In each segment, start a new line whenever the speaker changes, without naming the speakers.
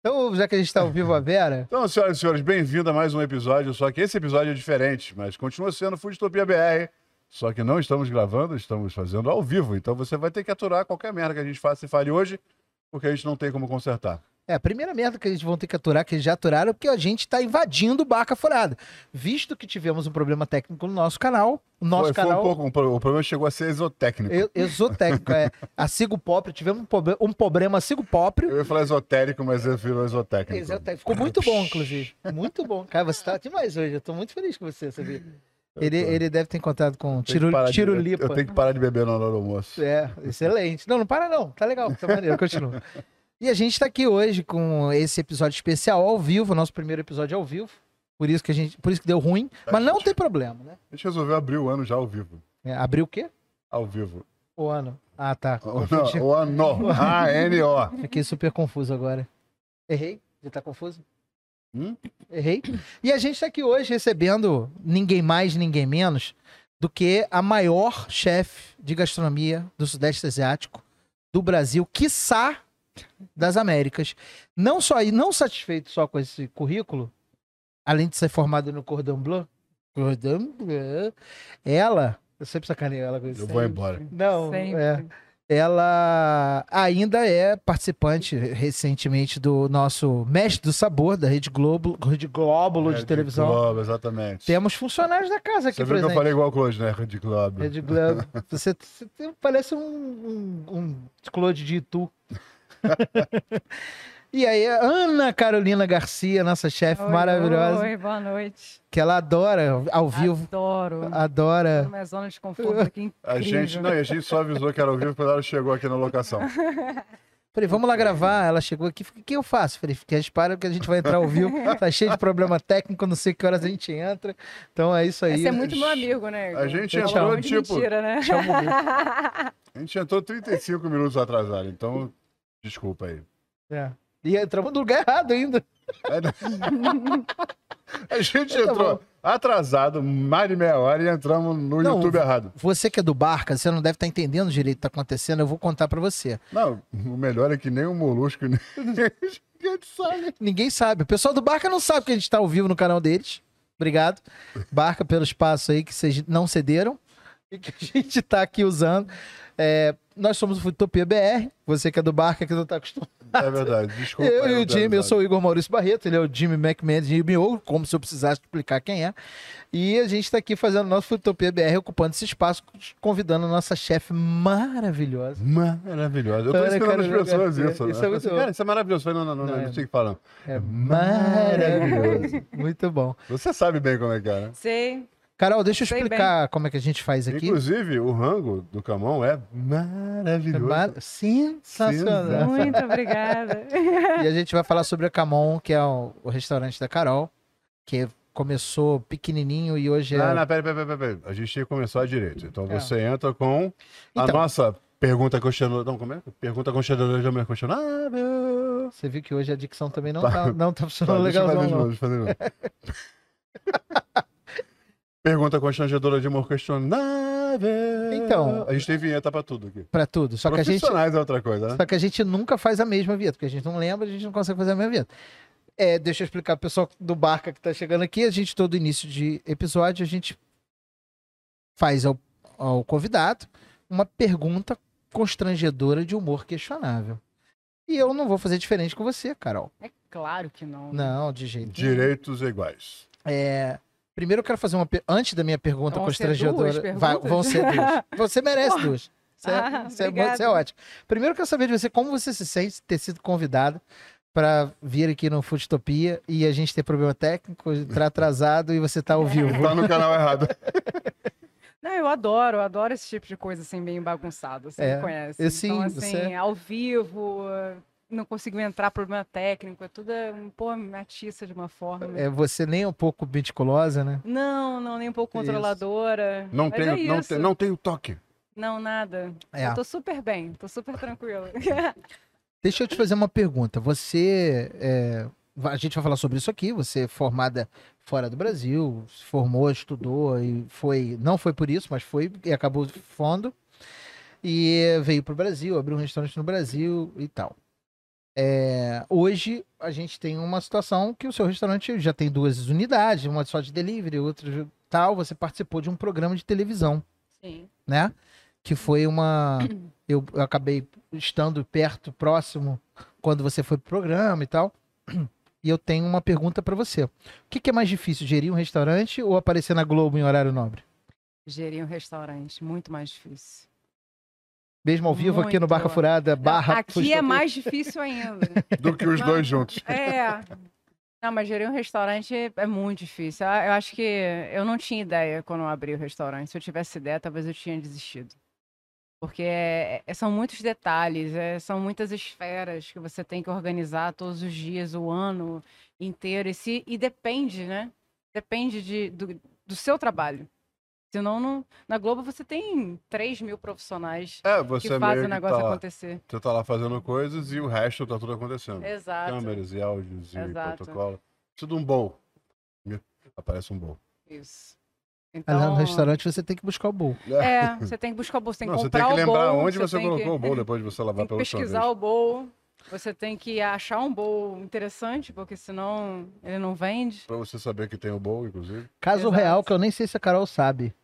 Então, já que a gente está ao vivo a Vera,
Então, senhoras e senhores, bem-vindo a mais um episódio. Só que esse episódio é diferente, mas continua sendo Futopia BR. Só que não estamos gravando, estamos fazendo ao vivo. Então você vai ter que aturar qualquer merda que a gente faça e fale hoje, porque a gente não tem como consertar.
é a primeira merda que a gente vão ter que aturar, que eles já aturaram, é porque a gente está invadindo Barca Furada. Visto que tivemos um problema técnico no nosso canal, o nosso
foi, foi
canal...
um pouco, um pro- o problema chegou a ser exotécnico. Eu,
Eu, eu sou técnico, é. A Sigo Popre, tivemos um, proble- um problema Sigo Popre.
ia falar esotérico, mas eu virou exotécnico.
Exato, Ficou muito bom, inclusive. Muito bom. Cara, você tá demais hoje. Eu tô muito feliz com você, sabia? Ele, ele deve ter encontrado com
Tenho que
tiro,
parar de-
tiro
eu-
lipa.
Eu tenho que parar de beber na hora do almoço.
É, excelente. Não, não para não. Tá legal, tá maneiro, continua. E a gente tá aqui hoje com esse episódio especial ao vivo, nosso primeiro episódio ao vivo. Por isso que a gente, por isso que deu ruim, mas não tem problema, né?
A gente resolveu abrir o ano já ao vivo.
É, abriu o quê?
Ao vivo.
O ano. Ah, tá.
O, não, o ano. A-N-O.
Fiquei super confuso agora. Errei? Já tá confuso?
Hum?
Errei. E a gente tá aqui hoje recebendo ninguém mais, ninguém menos do que a maior chefe de gastronomia do Sudeste Asiático, do Brasil, quiçá das Américas. Não só e não satisfeito só com esse currículo, além de ser formada no Cordon Bleu, Cordon Bleu, ela, eu sempre sacaneio ela com isso. né?
Eu vou embora.
Não,
Sempre.
é ela ainda é participante recentemente do nosso Mestre do Sabor da Rede Globo, Rede Glóbulo de
Rede
televisão.
É, Globo, exatamente.
Temos funcionários da casa aqui
Você viu que
presente.
eu falei igual o Claude, né? Rede Globo.
Rede Globo. Você, você tem- parece um, um, um Claude de Itu. e aí, a Ana Carolina Garcia, nossa chefe
Oi,
maravilhosa,
Oi, boa noite.
que ela adora ao vivo,
Adoro.
adora.
Minha zona de conforto aqui incrível.
A gente, não, e a gente só avisou que era ao vivo quando ela chegou aqui na locação.
Falei, vamos lá gravar. Ela chegou aqui, falei, o que eu faço? Falei, fica espera que a gente vai entrar ao vivo. Tá cheio de problema técnico, não sei que horas a gente entra. Então é isso aí.
Você é muito meu amigo, né? Igor?
A gente
Você falou
entrou,
muito
tipo,
Mentira, né?
Chama o grupo. A gente entrou 35 minutos atrasado, então desculpa aí.
É. E entramos no lugar errado ainda.
A gente
Tá
entrou
bom.
atrasado, mais de meia hora, e entramos no
Não,
YouTube errado.
Você que é do Barca, você não deve estar entendendo direito o que tá acontecendo. Eu vou contar pra você.
Não, o melhor é que nem o Molusco, nem ninguém sabe.
Ninguém sabe. O pessoal do Barca não sabe que a gente tá ao vivo no canal deles. Obrigado. Barca pelo espaço aí que vocês não cederam e que a gente tá aqui usando. É, nós somos o Futopia BR. Você que é do Barca que não tá acostumado.
É verdade, desculpa. um
Eu
aí,
e o
não ter
Jimmy, eu
avisado.
sou o Igor Maurício Barreto, ele é o Jimmy McMahon, Jimmy ou como se eu precisasse explicar quem é. E a gente está aqui fazendo nosso Futopia BR, ocupando esse espaço, convidando a nossa chefe maravilhosa.
Maravilhoso. Eu tô
Olha,
ensinando
cara,
as pessoas
é,
isso. né?
isso é muito
Assim,
bom.
Cara, isso é maravilhoso. Eu Falei, não, não, não,
Não,
não,
é.
não sei o que falar.
É
maravilhoso.
maravilhosa. Muito bom.
Você sabe bem como é que é, né?
Sei.
Carol, deixa eu
Sei
explicar como é que a gente faz aqui.
Inclusive, o rango do Camão é maravilhoso.
Mar-
Né?
Sensacional.
Muito obrigada.
E a gente vai falar sobre a Camon, que é o, o restaurante da Carol, que começou pequenininho e hoje é.
Ah, não, peraí, peraí, peraí, peraí. A gente tinha que começar direito. Então
É.
você entra com a
Então.
nossa pergunta questionadora. Não, como é? Pergunta questionadora já me questionável.
Você viu que hoje a dicção também não tá, não tá funcionando
deixa eu fazer
legalzão,
de
não.
novo, deixa eu fazer de novo. Pergunta questionadora de amor questionável.
Então.
A gente tem vinheta pra tudo aqui.
Pra tudo. Só que a gente
Profissionais é outra coisa, né?
Só que a gente nunca faz a mesma vinheta, porque a gente não lembra, a gente não consegue fazer a mesma vinheta. É, deixa eu explicar pro pessoal do Barca que tá chegando aqui. A gente, todo início de episódio, a gente faz ao, ao convidado uma pergunta constrangedora de humor questionável. E eu não vou fazer diferente com você, Carol.
É claro que não.
Não, de jeito.
Direitos iguais.
É, primeiro eu quero fazer uma. per- Antes da minha pergunta
Vão ser
constrangedora.
duas perguntas?
vai- vão ser duas. Você merece
Porra.
duas. Você,
Ah,
você é,
obrigada.
muito- você é ótimo. Primeiro eu quero saber de você como você se sente ter sido convidado para vir aqui no Futopia e a gente ter problema técnico, entrar atrasado e você tá ao vivo.
Tá no canal errado.
Não, eu adoro, eu adoro esse tipo de coisa assim, bem bagunçado. Você
É,
me conhece.
eu sim,
então, assim,
você-
ao vivo, não conseguiu entrar, problema técnico, é tudo, um, pô, me atiça de uma forma.
É, você nem é um pouco meticulosa, né?
Não, não, nem um pouco
Isso.
controladora.
Não
Mas
tenho,
é
não,
isso.
tenho, não tenho toque.
Não, nada.
É.
Eu tô super bem, tô super tranquila.
Deixa eu te fazer uma pergunta. Você. é, va- a gente vai falar sobre isso aqui. Você é formada fora do Brasil, se formou, estudou e foi. Não foi por isso, mas foi e acabou fundo. E veio para o Brasil, abriu um restaurante no Brasil e tal. É, hoje a gente tem uma situação que o seu restaurante já tem duas unidades, uma só de delivery, outra de tal. Você participou de um programa de televisão,
Sim.
né? Que foi uma. Eu, eu acabei estando perto, próximo, quando você foi pro programa e tal. E eu tenho uma pergunta para você. O que, que é mais difícil, gerir um restaurante ou aparecer na Globo em horário nobre?
Gerir um restaurante, muito mais difícil.
Mesmo ao vivo aqui no
Muito.
Barca Furada,
Não,
barra.
aqui é mais difícil ainda.
do que os
Não.
dois juntos.
É. Não, mas gerir um restaurante é- é muito difícil. Ah, Eu acho que eu não tinha ideia quando eu abri o restaurante. Se eu tivesse ideia, talvez eu tinha desistido. Porque é- é- são muitos detalhes, é- são muitas esferas que você tem que organizar todos os dias, o ano inteiro. E, se- e depende, né? Depende de- do, do seu trabalho. Senão, não, na Globo você tem 3 mil profissionais
É,
que
você
fazem
meio
o
que
negócio
tá lá.
acontecer.
Você tá lá fazendo coisas e o resto tá tudo acontecendo.
Exato.
Câmeras e áudios e
Exato.
protocolo. Tudo um bowl. Aparece um bowl.
Isso.
Lá
Então,
no é um restaurante você tem que buscar o bolo.
É, você tem que buscar o bolo, você tem que
Não, você
comprar
tem que
o
lembrar
bowl,
onde você,
tem
colocou
que,
o bowl depois de você lavar
Tem que
pela última vez.
pesquisar o bowl, você tem que achar um bowl interessante, porque senão ele não vende.
Pra você saber que tem o bowl, inclusive.
Caso
Exato.
real que eu nem sei se a Carol sabe.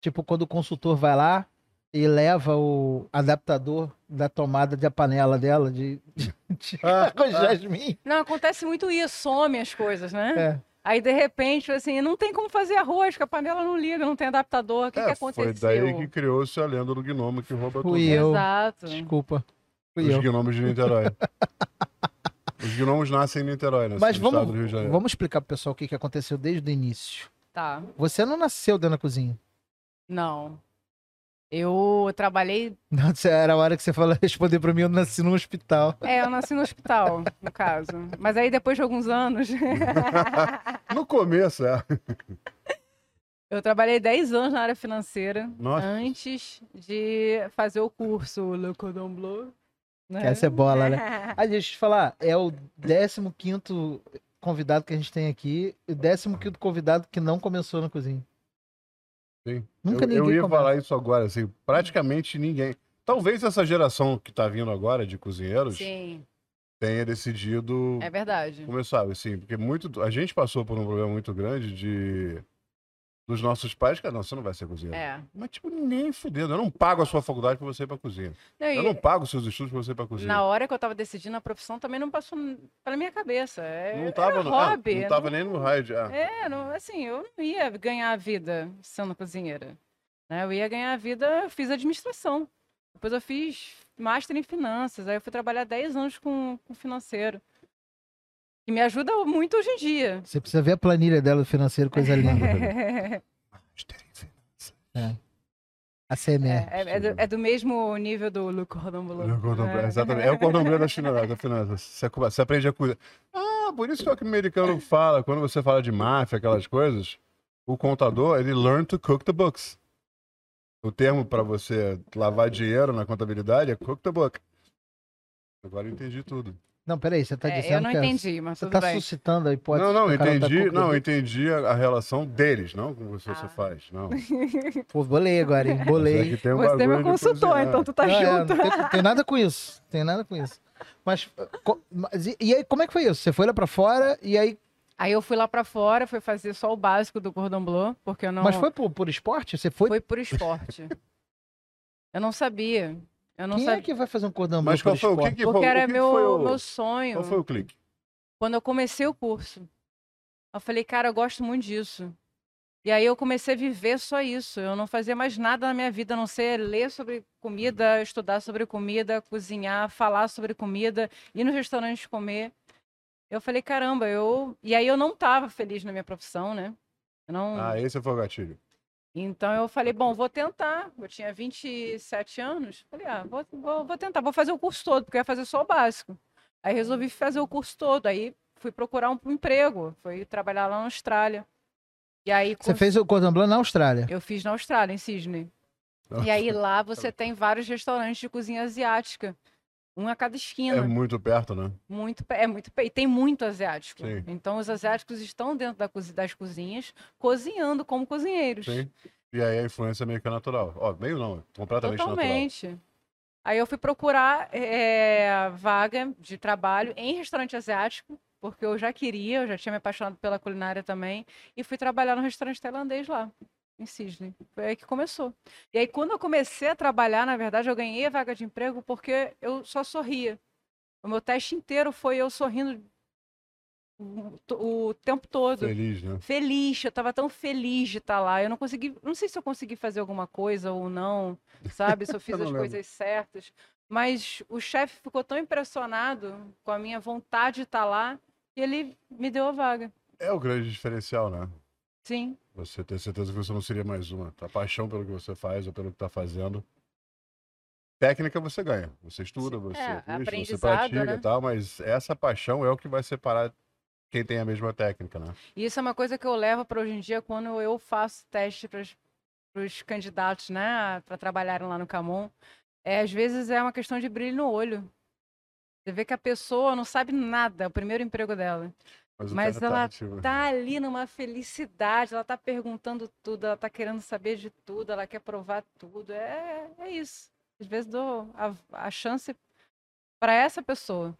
Tipo, quando o consultor vai lá e leva o adaptador da tomada da panela dela de, de, de
Ah,
água jasmim.
Não, acontece muito isso, some as coisas, né?
É.
Aí, de repente, assim, não tem como fazer arroz, que a panela não liga, não tem adaptador, o que, que
é, foi
aconteceu?
daí que criou-se a lenda do gnomo que rouba tudo.
Fui eu.
Exato.
Desculpa. Fui
Os
eu.
gnomos de Niterói. Os gnomos nascem em Niterói, né?
Mas
no estado do Rio
vamos,
de Janeiro.
vamos explicar pro pessoal o que, que aconteceu desde o início.
Tá.
Você não nasceu dentro da cozinha.
Não. Eu trabalhei
Não, você- era a hora que você falou responder pra mim, eu nasci num hospital.
É, eu nasci no hospital, no caso. Mas aí depois de alguns anos.
No começo, é.
eu trabalhei 10 anos na área financeira
Nossa.
antes de fazer o curso Le Cordon Bleu. Né?
Essa é bola, né? Ah, deixa eu te falar, é o 15 convidado que a gente tem aqui, o 15 convidado que não começou na cozinha.
Sim.
Nunca
eu,
ninguém
eu ia
começa.
falar isso agora, assim, praticamente ninguém. Talvez essa geração que tá vindo agora de cozinheiros
Sim,
tenha decidido
é verdade.
começar, assim, porque muito, a gente passou por um problema muito grande de dos nossos pais, cara, não, você não vai ser cozinheiro.
É.
Mas tipo, nem fudendo, eu não pago a sua faculdade pra você ir pra cozinha.
Não,
Eu
e
não pago os seus estudos pra você ir pra cozinha.
na hora que eu tava decidindo a profissão também não passou pela minha cabeça. É,
não tava,
era
no, ah,
hobby. né?
não tava nem no raio de, ah,
É, não- assim, eu não ia ganhar a vida sendo cozinheira. Né? Eu ia ganhar a vida, eu fiz administração. Depois eu fiz master em finanças. Aí eu fui trabalhar 10 anos com, com financeiro. E me ajuda muito hoje em dia.
Você precisa ver a planilha dela do financeiro, coisa linda. A
É,
CMR.
é- é do, é do mesmo nível do Le Cordon Bleu.
É o cordão branco,
né?
Exatamente. É o cordão branco da China, da finança. Você, acu- você aprende a cuidar. Ah, por isso que o americano fala, quando você fala de máfia, aquelas coisas, o contador, ele learn to cook the books. O termo para você lavar dinheiro na contabilidade é cook the book. Agora eu entendi tudo.
Não, peraí, você tá
É,
dizendo
eu não
que
entendi, mas
você
tudo
tá
bem.
suscitando a hipótese.
não, não,
que o cara tá
entendi,
com-
não, entendi a, a relação deles, não como você, você
Ah.
faz. Não.
Pô, bolei agora, hein?
Mas é
Bolei.
que tem um
Você é
bagulho
meu
de
consultor,
cozinhar.
então tu tá
Não, é,
junto.
não tem, tem nada com isso. Tem nada com isso. Mas, co- mas e, e aí, como é que foi isso? Você foi lá pra fora e aí.
Aí eu fui lá pra fora, fui fazer só o básico do Cordon Bleu, porque eu não...
Mas foi por, por esporte? Você foi.
Foi por esporte. eu não sabia. Eu não
Quem
sabia.
é que vai fazer um cordão
Mas
branco
qual
por
foi o
esporte?
que, que foi,
Porque
o
era
que
é meu,
foi o,
meu sonho.
qual foi o clique?
Quando eu comecei o curso, eu falei, cara, eu gosto muito disso. E aí eu comecei a viver só isso. Eu não fazia mais nada na minha vida, a não ser ler sobre comida, estudar sobre comida, cozinhar, falar sobre comida, ir nos restaurantes comer. Eu falei, caramba, eu. E aí eu não estava feliz na minha profissão, né? Eu não.
Ah, esse foi o gatilho.
Então eu falei, bom, vou tentar. Eu tinha 27 anos. Falei, ah, vou, vou, vou tentar, vou fazer o curso todo, porque eu ia fazer só o básico. Aí resolvi fazer o curso todo. Aí fui procurar um emprego, fui trabalhar lá na Austrália. E aí
Você
cons-
fez o Tá cordão branco na Austrália.
eu fiz na Austrália, em Sydney. E aí lá você tem vários restaurantes de cozinha asiática, um a cada
É
esquina.
muito perto, né?
Muito, pe- é muito, pe- e tem muito asiático.
Sim.
Então os asiáticos estão dentro da cozi- das cozinhas, cozinhando como cozinheiros.
Sim. E aí a influência é meio que natural. Ó, meio não, é completamente natural.
Totalmente. Aí eu fui procurar é, vaga de trabalho em restaurante asiático, porque eu já queria, eu já tinha me apaixonado pela culinária também, e fui trabalhar no restaurante tailandês lá, em Sydney. Foi aí que começou. E aí, quando eu comecei a trabalhar, na verdade, eu ganhei a vaga de emprego porque eu só sorria. O meu teste inteiro foi eu sorrindo o, o tempo todo
Feliz, né?
feliz, eu tava tão feliz de estar lá. Eu não consegui, não sei se eu consegui fazer alguma coisa ou não, sabe? Se eu fiz
Eu não
as
lembro.
coisas certas. Mas o chefe ficou tão impressionado com a minha vontade de estar lá que ele me deu a vaga.
É o grande diferencial, né?
Sim,
Você ter certeza que você não seria mais uma. A paixão pelo que você faz ou pelo que está fazendo. Técnica você ganha. Você estuda, você, assiste, você
É, aprendizado,
pratica
né?
e tal, mas essa paixão é o que vai separar quem tem a mesma técnica, né?
E isso é uma coisa que eu levo para hoje em dia quando eu faço teste para os candidatos, né, para trabalharem lá no Camon. É, às vezes é uma questão de brilho no olho. Você vê que a pessoa não sabe nada, é o primeiro emprego dela.
Mas,
Mas
o cara
ela
tá, ativo.
tá ali numa felicidade, ela tá perguntando tudo, ela tá querendo saber de tudo, ela quer provar tudo. É, é isso. Às vezes dou a, a chance para essa pessoa.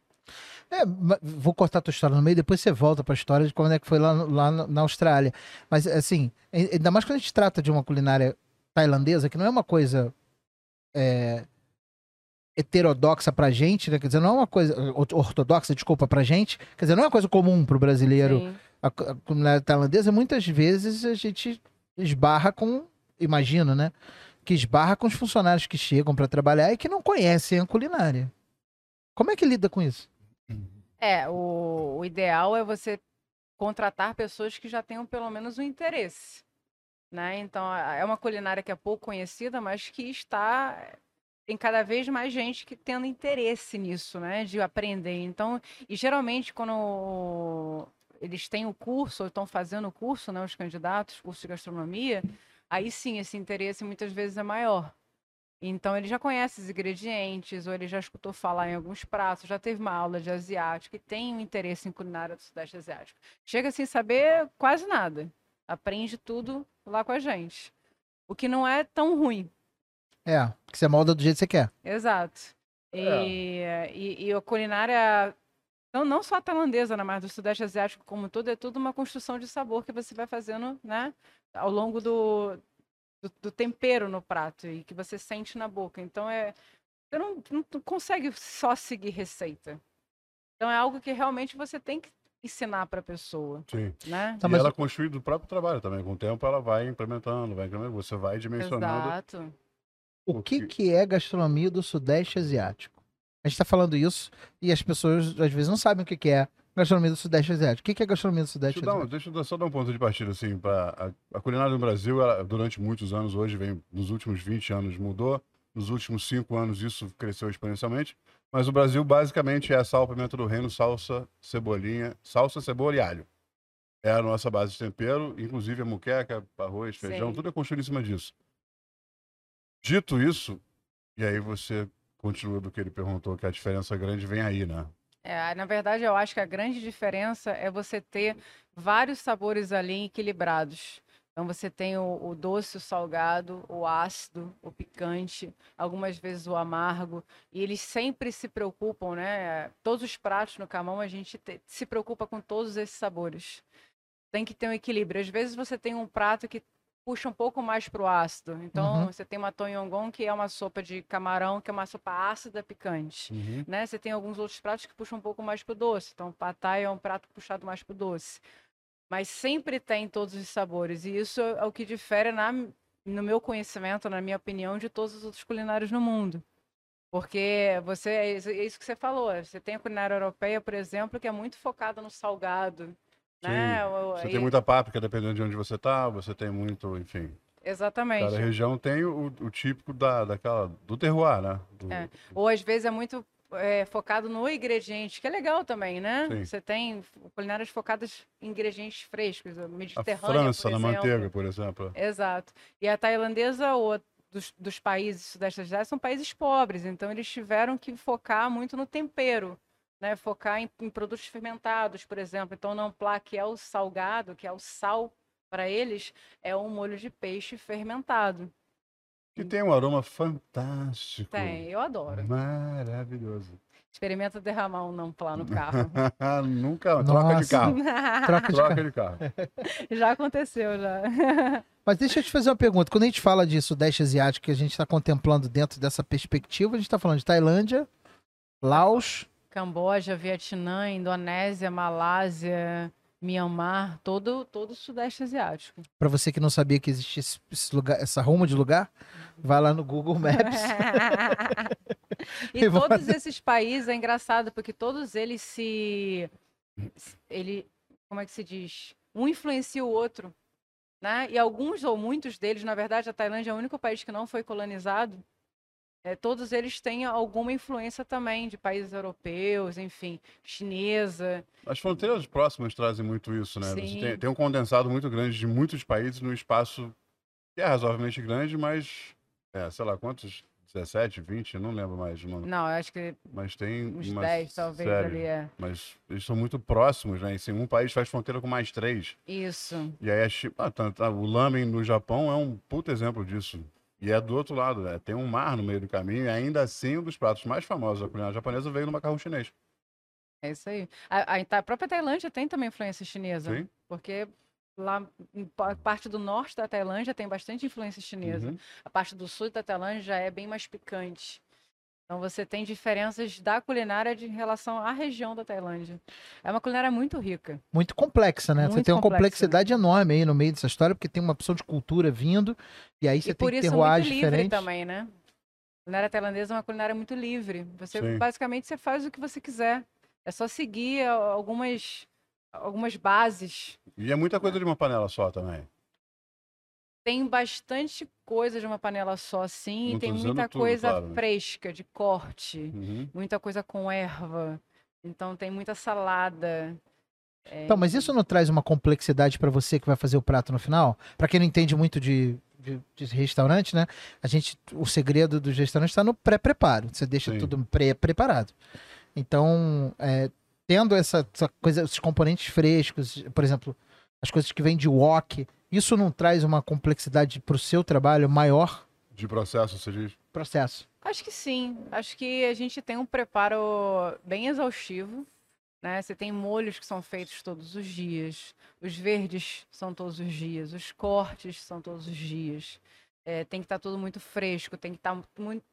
É, ma- vou cortar a tua história no meio, depois você volta pra história de quando é que foi lá, no- lá no- na Austrália. Mas, assim, ai- ainda mais quando a gente trata de uma culinária tailandesa, que não é uma coisa é, heterodoxa pra gente, né? Quer dizer, não é uma coisa or- ortodoxa, desculpa, pra gente. Quer dizer, não é uma coisa comum pro brasileiro.
Sim.
A, cu- a culinária tailandesa, muitas vezes a gente esbarra com, imagino, né? Que esbarra com os funcionários que chegam pra trabalhar e que não conhecem a culinária. Como é que lida com isso?
É, o, o ideal é você contratar pessoas que já tenham pelo menos um interesse, né? Então, a- é uma culinária que é pouco conhecida, mas que está tem cada vez mais gente que tendo interesse nisso, né? De aprender. Então, e geralmente quando eles têm o curso ou estão fazendo o curso, né? Os candidatos, curso de gastronomia, aí sim esse interesse muitas vezes é maior. Então ele já conhece os ingredientes, ou ele já escutou falar em alguns pratos, já teve uma aula de asiático e tem um interesse em culinária do Sudeste Asiático. Chega sem saber quase nada. Aprende tudo lá com a gente. O que não é tão ruim.
É, que você molda do jeito que você quer.
Exato.
É.
E, e, e a culinária, não, não só a tailandesa, né, mas do Sudeste Asiático como um todo, é tudo uma construção de sabor que você vai fazendo né, ao longo do, do, do tempero no prato e que você sente na boca. Então, é, você não, não tu consegue só seguir receita. Então, é algo que realmente você tem que ensinar para a pessoa,
Sim.
né?
Tá,
e
mas
ela construi do próprio trabalho também. Com o tempo ela vai implementando, vai implementando. Você vai dimensionando.
Exato.
O que,
Porque-
que é gastronomia do Sudeste Asiático? A gente tá falando isso e as pessoas às vezes não sabem o que, que é gastronomia do Sudeste Asiático. O que, que é gastronomia do
Deixa
Sudeste
eu, dar um-
Asiático?
deixa eu dar- só dar um ponto de partida, assim, pra, a, a culinária no Brasil, ela, durante muitos anos, hoje vem, nos últimos 20 anos mudou, nos últimos 5 anos isso cresceu exponencialmente, mas o Brasil basicamente é sal, pimenta do reino, salsa, cebolinha, salsa, cebola e alho. É a nossa base de tempero, inclusive a muqueca, arroz, feijão,
Sim.
tudo é construído em cima disso. Dito isso, e aí você continua do que ele perguntou, que a diferença grande vem aí, né?
É, na verdade, eu acho que a grande diferença é você ter vários sabores ali equilibrados. Então, você tem o, o doce, o salgado, o ácido, o picante, algumas vezes o amargo. E eles sempre se preocupam, né? Todos os pratos no Camão, a gente te- se preocupa com todos esses sabores. Tem que ter um equilíbrio. Às vezes, você tem um prato que puxa um pouco mais para o ácido. Então,
Uhum.
você tem uma tonhongon, que é uma sopa de camarão, que é uma sopa ácida picante né? Você tem alguns outros pratos que puxam um pouco mais pro doce. Então, patai é um prato puxado mais pro doce. Mas sempre tem todos os sabores. E isso é o que difere, na, no meu conhecimento, na minha opinião, de todos os outros culinários no mundo. Porque você, é isso- é isso que você falou. Você tem a culinária europeia, por exemplo, que é muito focada no salgado. Né? O-
Você
e-
tem muita páprica, dependendo de onde você tá, você tem muito, enfim.
Exatamente.
Cada região tem o, o típico da, daquela, do terroir, né? Do-
É. Ou às vezes é muito é, focado no ingrediente, que é legal também, né?
Sim.
Você tem culinárias focadas em ingredientes frescos, o
A
Mediterrâneo,
França,
por
na
exemplo.
manteiga, por exemplo.
Exato. E a tailandesa ou dos, dos países sudeste asiáticos são países pobres, então eles tiveram que focar muito no tempero, né? Focar em, em produtos fermentados, por exemplo. Então, não plá, que é o salgado, que é o sal para eles, é um molho de peixe fermentado.
Que tem um aroma fantástico.
Tem, eu adoro.
Maravilhoso.
Experimenta derramar um não lá no carro.
Nunca. Troca de
Nossa.
carro.
Troca de
Troca de carro.
já aconteceu, já.
Mas deixa eu te fazer uma pergunta. Quando a gente fala de Sudeste Asiático, que a gente está contemplando dentro dessa perspectiva, a gente está falando de Tailândia, Laos,
Camboja, Vietnã, Indonésia, Malásia, Mianmar, todo, todo o Sudeste Asiático.
para você que não sabia que existia esse- esse lugar, essa ruma de lugar, vai lá no Google
É
Maps.
e
Eu vou
todos esses países, é engraçado, porque todos eles se. Ele, como é que se diz? Um influencia o outro. Né? E alguns ou muitos deles, na verdade, a Tailândia é o único país que não foi colonizado. É, todos eles têm alguma influência também de países europeus, enfim, chinesa.
As fronteiras próximas trazem muito isso, né? Você
Sim.
tem, tem um condensado muito grande de muitos países num espaço que é razoavelmente grande, mas, é, sei lá, quantos? 17, 20, não lembro mais o nome.
Não, eu acho que
Mas tem
uns
uma
10, talvez,
série.
ali é.
Mas eles são muito próximos, né? E se um país faz fronteira com mais três,
Isso.
e aí a China, ah, tá- tá, o lamen no Japão é um puto exemplo disso. E é do outro lado, né? tem um mar no meio do caminho, e ainda assim um dos pratos mais famosos da culinária japonesa veio no macarrão chinês.
É isso aí. A, a Ta- própria Tailândia tem também influência chinesa,
Sim.
porque lá em pa- parte do norte da Tailândia tem bastante influência chinesa.
Uhum.
A parte do sul da Tailândia já é bem mais picante. Então você tem diferenças da culinária de em relação à região da Tailândia. É uma culinária muito rica.
Muito complexa, né? você
Muito
tem uma
complexa.
complexidade enorme aí no meio dessa história, porque tem uma opção de cultura vindo, e aí você
e
tem
por
que
isso
ter
muito
ruais
livre
diferentes.
também, né? A culinária tailandesa é uma culinária muito livre. Você
Sim.
basicamente você faz o que você quiser. É só seguir a- algumas algumas bases
E é muita coisa de uma panela só também.
tem bastante coisa de uma panela só, sim,
Não
e tem
tô dizendo
muita
tudo,
coisa
claro, né?
fresca, de corte,
Uhum.
muita coisa com erva. Então tem muita salada. é,
Então, mas isso não traz uma complexidade pra você que vai fazer o prato no final? Pra quem não entende muito de, de- de restaurante, né? A gente, o segredo dos restaurantes está no pré-preparo. Você deixa
Sim.
tudo pré-preparado. Então, é, tendo essa, essa coisa, esses componentes frescos, por exemplo, as coisas que vêm de wok, isso não traz uma complexidade pro seu trabalho maior
De processo, você diz?
processo?
Acho que sim. Acho que a gente tem um preparo bem exaustivo, né? Você tem molhos que são feitos todos os dias, os verdes são todos os dias, os cortes são todos os dias. É, tem que estar tudo muito fresco, tem que estar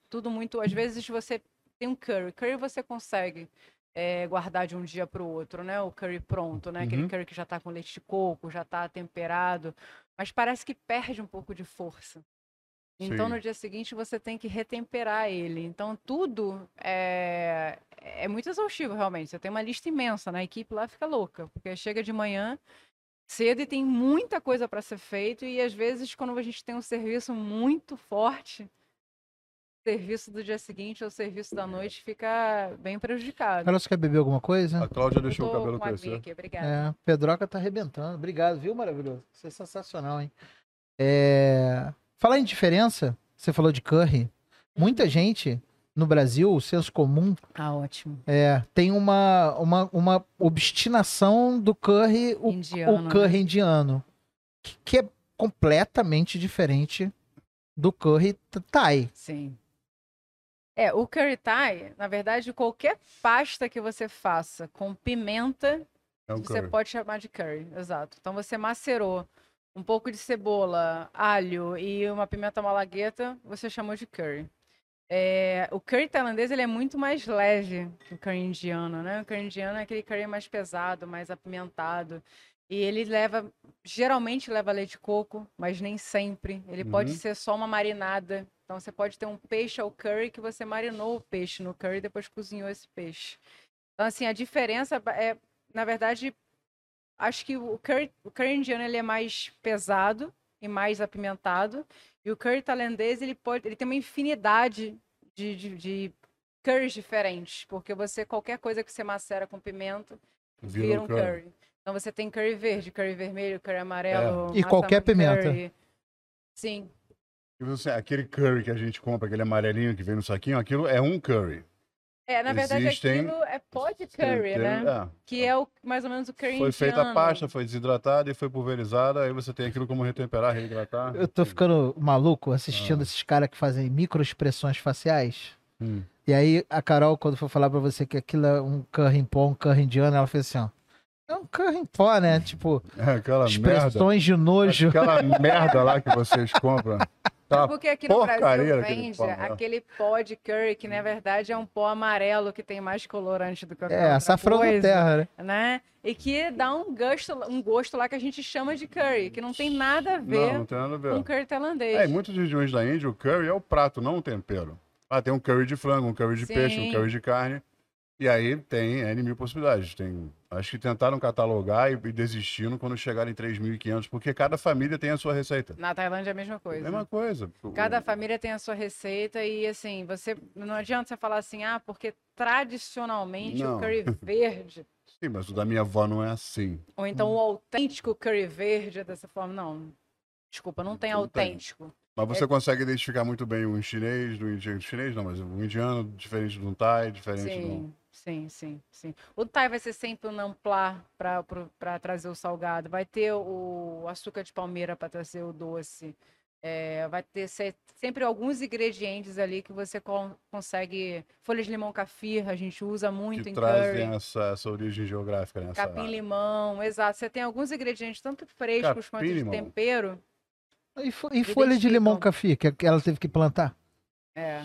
tudo muito. Às vezes você tem um curry, curry você consegue é, guardar de um dia para o outro, né? O curry pronto, né? Aquele
Uhum.
curry que já está com leite de coco, já está temperado, mas parece que perde um pouco de força. Então,
Sim.
no dia seguinte, você tem que retemperar ele. Então, tudo é, é muito exaustivo, realmente. Você tem uma lista imensa, né? A equipe lá fica louca, porque chega de manhã cedo e tem muita coisa para ser feito. E, às vezes, quando a gente tem um serviço muito forte, o serviço do dia seguinte ou o serviço da noite fica bem prejudicado.
Carol, você quer beber alguma
A
coisa?
Cláudia
Eu
deixou o
tô
cabelo
com uma aguinha
crescer.
aqui, obrigada.
É, Pedroca tá arrebentando. Obrigado, viu, maravilhoso? Isso é sensacional, hein? É... Falar em diferença, você falou de curry.
Uhum.
Muita gente no Brasil, o senso comum,
Ah, ótimo.
é, tem uma, uma, uma obstinação do curry, o,
Indiano,
o
né?
curry indiano, que, que é completamente diferente do curry t- thai.
Sim. É, o curry thai, na verdade, qualquer pasta que você faça com pimenta,
É um
você
curry.
pode chamar de curry, exato. Então você macerou um pouco de cebola, alho e uma pimenta malagueta, você chamou de curry. É, o curry tailandês ele é muito mais leve que o curry indiano, né? O curry indiano é aquele curry mais pesado, mais apimentado. E ele leva, geralmente leva leite de coco, mas nem sempre. Ele pode
Uhum.
ser só uma marinada. Então você pode ter um peixe ao curry que você marinou o peixe no curry e depois cozinhou esse peixe. Então assim, a diferença é, na verdade, acho que o curry, o curry indiano ele é mais pesado e mais apimentado. E o curry tailandês, ele pode, ele tem uma infinidade de, de, de curries diferentes, porque você qualquer coisa que você macera com pimenta vira um curry. Então você tem curry verde, curry vermelho, curry
É.
amarelo,
E qualquer
massaman
pimenta.
curry. Sim,
E você- aquele curry que a gente compra, aquele amarelinho que vem no saquinho, aquilo é um curry.
É, na verdade,
Existem-
aquilo é pod curry,
Tem-
né?
é.
Que é o, mais ou menos o curry
Foi feita a
indiano.
pasta, foi desidratada e foi pulverizada. Aí você tem aquilo como retemperar, reidratar.
Eu tô ficando maluco assistindo esses caras que fazem microexpressões faciais.
Ah. Hum.
E aí, a Carol, quando for falar pra você que aquilo é um curry em pó, um curry indiano, ela fez assim, ó. É um curry em pó, né? Tipo,
É, Aquela merda.
expressões de nojo.
Aquela merda lá que vocês compram. Tá Aquela
Porque aqui no
porcaria
Brasil
daquele
vende
pó, né? Hum.
aquele pó de curry, que na verdade é um pó amarelo que tem mais colorante do que qualquer
É,
outra
açafrão da
coisa,
terra, né?
né? E que dá um gosto, um gosto lá que a gente chama de curry, que não tem nada a ver
Não, não tem nada a ver.
com curry tailandês.
É, em muitas regiões da Índia, o curry é o prato, não o tempero. Ah, tem um curry de frango, um curry de
Sim.
peixe, um curry de carne. E aí tem N mil possibilidades. Tem, acho que tentaram catalogar e, e desistiram quando chegaram em 3.500, porque cada família tem a sua receita.
Na Tailândia é a mesma
É a
coisa.
mesma coisa. O-
Cada família tem a sua receita e assim, você não adianta você falar assim, ah, porque tradicionalmente
Não.
o curry verde,
Sim, mas o da minha avó não é assim.
ou então o autêntico curry verde é dessa forma. Não. Desculpa, não tem
Não tem.
autêntico.
Mas
É.
você consegue identificar muito bem um chinês do indiano. Chinês não, mas um indiano diferente de um thai, diferente de um.
Sim, sim, sim, sim. O Thai vai ser sempre um namplá para trazer o salgado. Vai ter o açúcar de palmeira para trazer o doce. É, vai ter se- sempre alguns ingredientes ali que você con- consegue. Folhas de limão cafir, a gente usa muito
Que
em
trazem
curry.
essa, essa origem geográfica, né? Essa-
Capim-limão, exato. Você tem alguns ingredientes, tanto frescos quanto de
Capim-limão.
tempero.
E, fo- e folha de limão café, que ela teve que plantar.
É.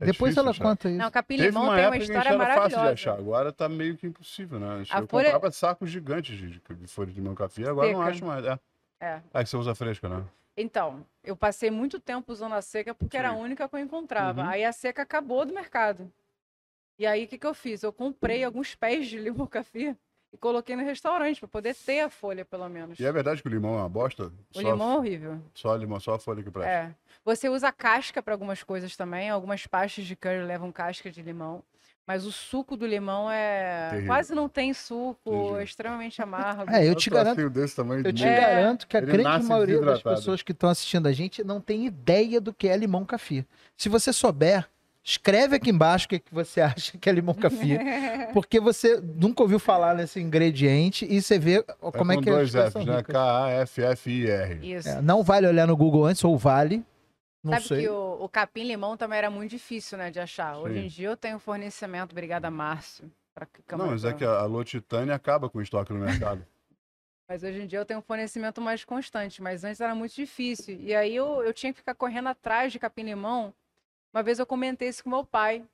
é
Depois
difícil
ela
achar.
conta isso.
Não,
Teve
capim-limão
uma
tem
época
uma
que a gente
história
era fácil de
maravilhosa.
achar, agora tá meio que impossível, né?
A
eu
folha-
comprava sacos gigantes de, de folha de limão café, agora não
Seca.
acho mais. É.
É.
Ah, que você usa fresca, né?
Então, eu passei muito tempo usando a seca porque era a
Sim.
única que eu encontrava.
Uhum.
Aí a seca acabou do mercado. E aí o que, que eu fiz? Eu comprei alguns pés de limão café e coloquei no restaurante para poder ter a folha, pelo menos.
E é verdade que o limão é uma bosta? só,
O limão é horrível.
Só limão, só a folha que presta.
É. Você usa casca para algumas coisas também. Algumas pastas de curry levam casca de limão. Mas o suco do limão é.
Terrível.
Quase não tem suco, é
Terrível.
extremamente amargo.
É, eu te
Um
garanto.
negocinho desse tamanho
Eu te
meio-
É.
garanto que a
Ele
grande
nasce
maioria das
desidratado.
pessoas que estão assistindo a gente não tem ideia do que é limão café. Se você souber, escreve aqui embaixo o que, que você acha que é limão café. porque você nunca ouviu falar nesse ingrediente e você vê
É
como é,
com
que as
dois
coisas
Fs,
são
né?
ricas.
K-A-F-F-I-R.
Isso.
É, não vale olhar no Google antes, ou vale. Não
Sabe
sei.
que o, o capim-limão também era muito difícil, né, de achar. Hoje
Sim.
em dia eu tenho fornecimento, obrigada, Márcio. Pra c-
Não,
Câmara
mas é
Pro.
que a, a Lotitânia acaba com o estoque no mercado.
Mas hoje em dia eu tenho um fornecimento mais constante, mas antes era muito difícil. E aí eu, eu tinha que ficar correndo atrás de capim-limão. Uma vez eu comentei isso com meu pai.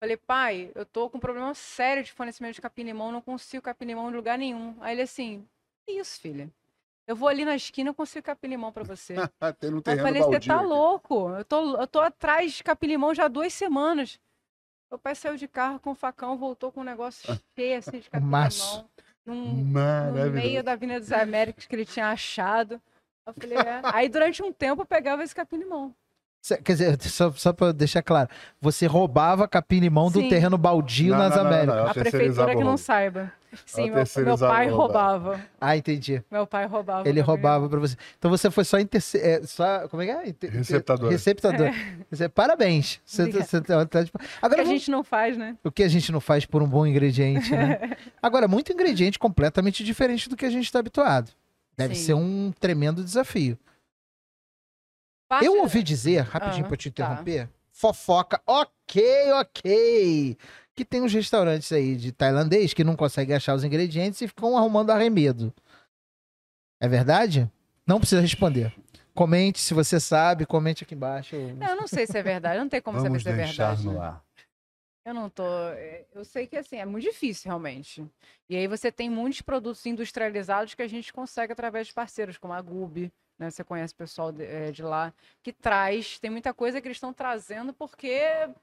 Falei, pai, eu tô com um problema sério de fornecimento de capim-limão, não consigo capim-limão em lugar nenhum. Aí ele assim, que isso, filha? Eu vou ali na esquina, eu consigo capim-limão pra você.
Tem no
Eu
um terreno
falei, você
baldio.
tá
aqui.
louco? Eu tô, eu tô atrás de capim-limão já há duas semanas. Meu pai saiu de carro com um facão, voltou com um negócio
Ah.
cheio assim, de
Maço.
capim-limão. Num, no um meio
Maravilhoso.
da Avenida dos Américas que ele tinha achado. Eu falei, é. Aí durante um tempo eu pegava esse capim-limão.
Cê- Quer dizer, só, só pra deixar claro, você roubava capim-limão do
Sim.
terreno baldio
Não,
nas
não, não, não, tá
Américas.
ela
A
terceirizava
prefeitura
o
que não
roubo.
saiba. Sim, meu, meu
terceirizava
pai
o roubo.
roubava.
Ah, entendi.
Meu pai roubava. o
Ele
capim-limão.
roubava pra você. Então você foi só, interce... é, só como é que é? Inter-
Receptadora.
Receptador. Quer dizer, Parabéns. Você-
É. Obrigada.
você tá- tá de-
O que
Agora,
a gente não faz, né?
o que a gente não faz por um bom ingrediente, né? Agora, muito ingrediente completamente diferente do que a gente está habituado. Deve
Sim.
ser um tremendo desafio.
Parte
Eu
da-
ouvi dizer, rapidinho
Ah,
pra eu te
tá.
interromper, fofoca, ok, ok, que tem uns restaurantes aí de tailandês que não conseguem achar os ingredientes e ficam arrumando arremedo. É verdade? Não precisa responder. Comente se você sabe, comente aqui embaixo.
Não, eu não sei se é verdade. eu Não tem como
Vamos
saber se é
deixar
verdade.
no ar.
Eu não tô. é, Eu sei que assim, é muito difícil realmente. E aí você tem muitos produtos industrializados que a gente consegue através de parceiros, como a Gub, né? Você conhece o pessoal de, é, de lá, que traz. Tem muita coisa que eles estão trazendo porque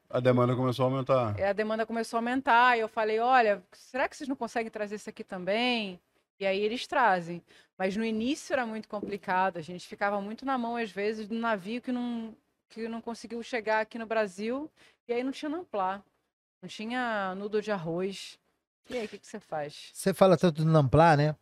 A demanda começou a aumentar.
É, a demanda começou a aumentar. E eu falei, olha, será que vocês não conseguem trazer isso aqui também? E aí eles trazem. Mas no início era muito complicado. A gente ficava muito na mão, às vezes, de um navio que não, que não conseguiu chegar aqui no Brasil. E aí não tinha namplá. Não tinha nudo de arroz. E aí, o que, que você faz?
Você fala tanto do Namplá, né?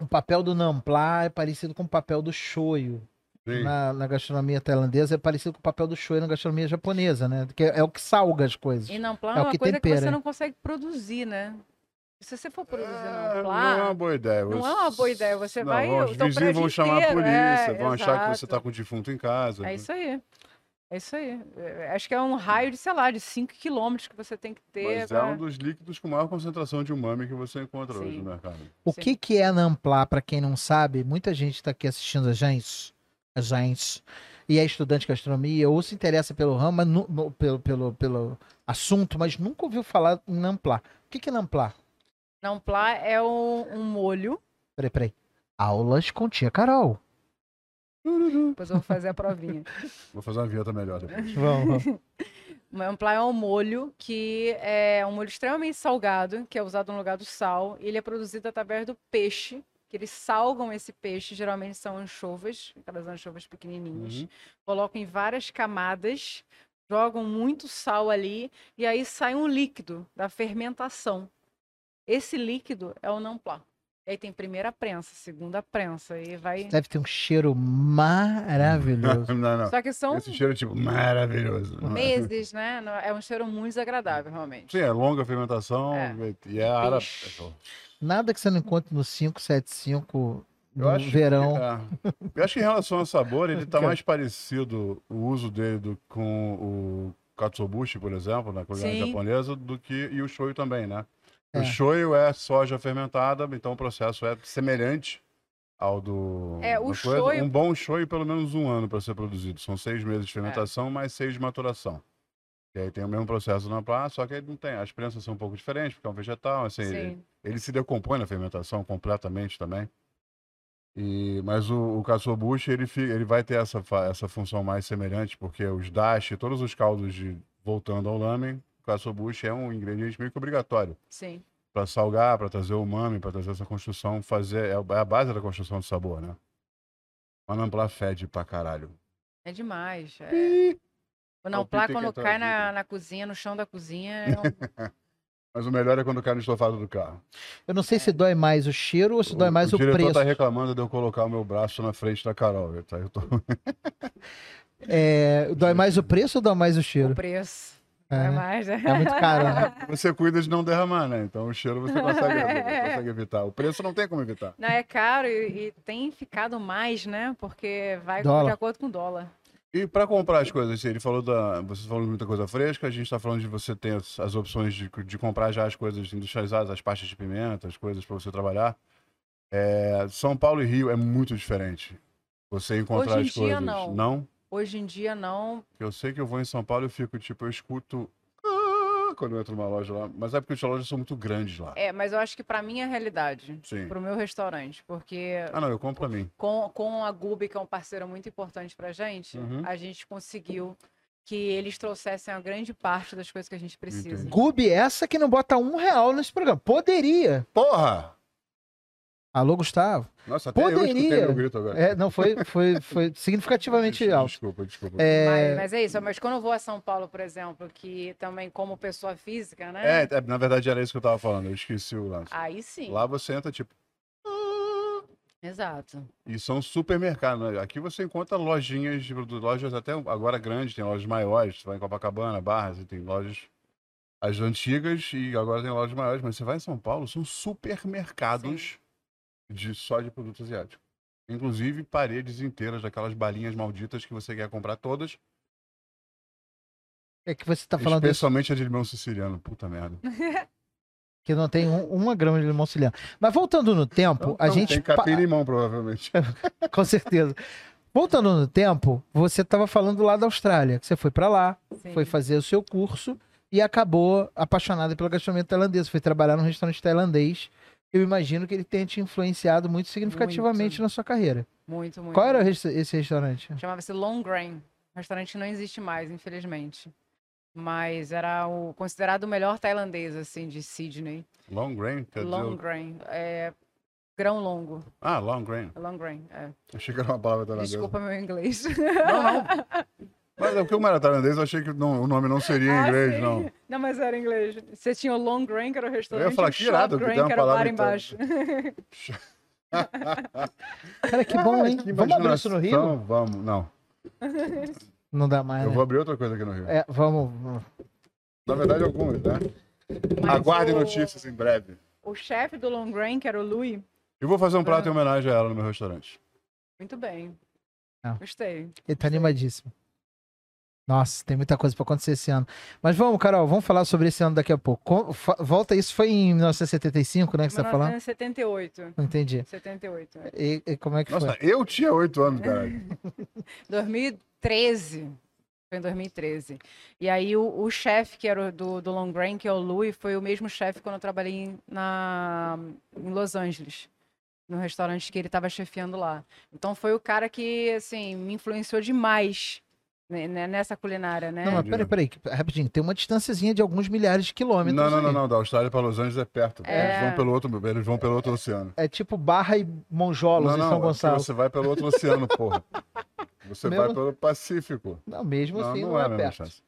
O papel do Namplá é parecido com o papel do shoyu.
Sim.
na, na gastronomia tailandesa é parecido com o papel do shoyu na gastronomia japonesa, né? Que é, é o que salga as coisas.
E não plan
É
é
o
uma
que
coisa que
tempera.
você não consegue produzir, né? Se você for produzir
É,
não
não é uma
plan,
boa ideia.
não
você-
é uma boa ideia, você
Não,
vai-
vão-
o
Os
teu
vizinhos vão
prédio
chamar a
inteiro,
polícia,
é,
vão achar que você
exato.
tá com o defunto em casa. né?
é isso aí. É isso aí. É, Acho que é um raio de, sei lá, de 5 quilômetros que você tem que ter.
Mas é
pra-
um dos líquidos com maior concentração de umami que você encontra hoje
Sim.
no mercado.
O
Sim.
que, que é Nampla, para quem não sabe, muita gente está aqui assistindo a gente, a gente, e é estudante de gastronomia, ou se interessa pelo ramo, mas nu- nu- pelo, pelo, pelo assunto, mas nunca ouviu falar em Nampla. O que, que é Nampla?
Não plá é um, um molho.
Peraí, peraí. Aulas com tia Carol.
Depois eu vou fazer a provinha.
Vou fazer uma vinheta melhor depois.
Vamos.
Manpla é um molho que é um molho extremamente salgado, que é usado no lugar do sal. Ele é produzido através do peixe, que eles salgam esse peixe, geralmente são anchovas, aquelas anchovas pequenininhas.
Uhum.
Colocam em várias camadas, jogam muito sal ali, e aí sai um líquido da fermentação. Esse líquido é o namplá. E aí tem primeira prensa, segunda prensa, e vai...
Deve ter um cheiro maravilhoso.
não, não.
Só que são
Esse é. cheiro é tipo maravilhoso.
meses, né? Não- É um cheiro muito desagradável, realmente.
Sim, é longa fermentação
É.
e é árabe.
Peixe.
Nada que você não encontre no 575
Eu
no
acho,
verão.
Que, é. eu acho que em relação ao sabor, ele tá mais parecido o uso dele do- com o katsuobushi, por exemplo, na culinária
Sim.
japonesa, do que e o shoyu também, né?
É.
O shoyu é soja fermentada, então o processo é semelhante ao do
É, o
da coisa.
shoyu- É.
Um bom shoyu pelo menos um ano para ser produzido. São seis meses de fermentação mais seis de maturação. E aí tem o mesmo processo na pá, só que ele não tem. As prensas são um pouco diferentes, porque é um vegetal, assim, ele-
Sim.
ele se decompõe na fermentação completamente também. E, mas o, o katsuobushi, ele, fi- ele vai ter essa, fa- essa função mais semelhante, porque os dashi, todos os caldos de voltando ao lamen, o katsuobushi é um ingrediente meio que obrigatório
Sim.
para salgar, para trazer o umami, para trazer essa construção, fazer é a base da construção do sabor, né? Mas nampla fede pra caralho.
É demais. É.
Ih!
O
Palpite
Namplá,
É que tá
quando
entra
cai
na vida.
na, na cozinha, no chão da cozinha, é um-
Mas o melhor é quando cai no estofado do carro.
Eu não sei se dói mais o cheiro ou se dói mais o,
diretor
preço.
tá reclamando de eu colocar o meu braço na frente da Carol. Eu, tá, eu tô...
É, dói mais o preço ou dói mais o
o
cheiro?
preço.
É,
É
né?
mais, né?
É muito caro. né?
Você cuida de não derramar, né? Então o cheiro você consegue,
É.
consegue evitar. O preço não tem como evitar.
Não, é caro e, e tem ficado mais, né? Porque vai
Dólar.
de acordo com o dólar.
E para comprar as coisas, assim, ele falou da. Você falou de muita coisa fresca, a gente tá falando de você ter as, as opções de, de comprar já as coisas industrializadas, as pastas de pimenta, as coisas para você trabalhar. É, São Paulo e Rio é muito diferente. Você encontrar
Hoje em
as
dia,
coisas.
não.
não?
Hoje em dia, não.
Eu sei que eu vou em São Paulo e eu fico, tipo, eu escuto. "Ah", Quando eu entro numa loja lá. Mas é porque as lojas são muito grandes lá.
É, mas eu acho que pra minha realidade,
Sim.
pro meu restaurante, porque
Ah, não, eu compro pra mim.
com, com a Gub, que é um parceiro muito importante pra gente,
Uhum.
a gente conseguiu que eles trouxessem a grande parte das coisas que a gente precisa.
Entendi.
Gube, essa que não bota um real nesse programa. Poderia.
Porra!
Alô, Gustavo.
Nossa, até eu escutei
Poderia.
meu grito agora.
É, não, foi, foi, foi significativamente alto.
Desculpa, desculpa. É,
É,
Mas, mas é isso, mas quando eu vou a São Paulo, por exemplo, que também como pessoa física, né?
é, na verdade era isso que eu tava falando, eu esqueci o lance.
Aí Ah, sim.
Lá você entra, tipo,
Exato.
e são supermercados. né? Aqui você encontra lojinhas, tipo, de produtos, lojas até agora grandes, tem lojas maiores, você vai em Copacabana, Barras, e tem lojas as antigas e agora tem lojas maiores, mas você vai em São Paulo, são supermercados de só de produtos asiáticos. Inclusive paredes inteiras daquelas balinhas malditas que você quer comprar todas,
é que você tá falando isso,
especialmente a de limão siciliano. Puta merda.
que não tem um- uma grama de limão siciliano. Mas voltando no tempo, a
Então Não,
gente.
Tem capim e
pa- É.
limão, provavelmente.
Com certeza. Voltando no tempo, você tava falando lá da Austrália, que você foi para lá,
Sim.
foi fazer o seu curso e acabou apaixonada pela gastronomia tailandesa. Foi trabalhar num restaurante tailandês. Eu imagino que ele tenha te influenciado muito significativamente
Muito.
na sua carreira.
Muito, muito.
Qual era esse esse restaurante?
Chamava-se Long Grain. O restaurante não existe mais, infelizmente. Mas era o considerado o melhor tailandês, assim, de Sydney.
Long grain? Quer dizer,
long
o-
Grain. É, grão longo.
Ah, long grain.
Long Grain, é.
Achei que era uma palavra tailandesa.
Desculpa meu inglês.
né? Não, não. Mas é porque como era tailandês, eu achei que não- o nome não seria em
Ah,
inglês,
sim.
não.
Não, mas era em inglês. Você tinha o Long Grain, que era o restaurante,
falar,
e o
que
Short
irado que
Grain,
tem uma
que era o bar
palavra em
embaixo.
Cara, que bom, hein?
Ah, Que
Vamos abrir isso no Rio?
imaginação, Vamos, não.
Não dá mais,
Eu
né?
vou abrir outra coisa aqui no Rio.
É, vamos.
Na verdade, algumas, né?
Mas
Aguardem
o-
notícias em breve.
O chefe do Long Grain, que era o Louis,
Eu vou fazer um prato em homenagem a ela no meu restaurante.
muito bem.
Ah.
Gostei.
Ele tá animadíssimo. Nossa, tem muita coisa pra acontecer esse ano. Mas vamos, Carol, vamos falar sobre esse ano daqui a pouco. Co- fa- Volta, isso foi em 1975, né, que você tá falando?
1978.
Não entendi.
78. é.
E, e como é que
Nossa,
foi?
eu tinha oito anos, cara.
2013. Foi em 2013. E aí o, o chefe que era o do, do Long Grain, que é o Louis, foi o mesmo chefe quando eu trabalhei em, na, em Los Angeles. No restaurante que ele estava chefiando lá. Então foi o cara que, assim, me influenciou demais né, né, nessa culinária, né?
é,
Não, mas peraí, peraí, que- rapidinho. Tem uma distânciazinha de alguns milhares de quilômetros.
Não, não,
aí.
não, não. Da Austrália para Los Angeles é perto.
É.
Eles vão pelo outro, eles vão pelo outro oceano.
É tipo Barra e Monjolos
não,
em São
não, é porque
Gonçalo.
você vai pelo outro oceano, porra. Você
Mesmo-
vai pelo Pacífico.
Não, mesmo
Não,
assim não,
não é a
é
mesma
perto.
chance.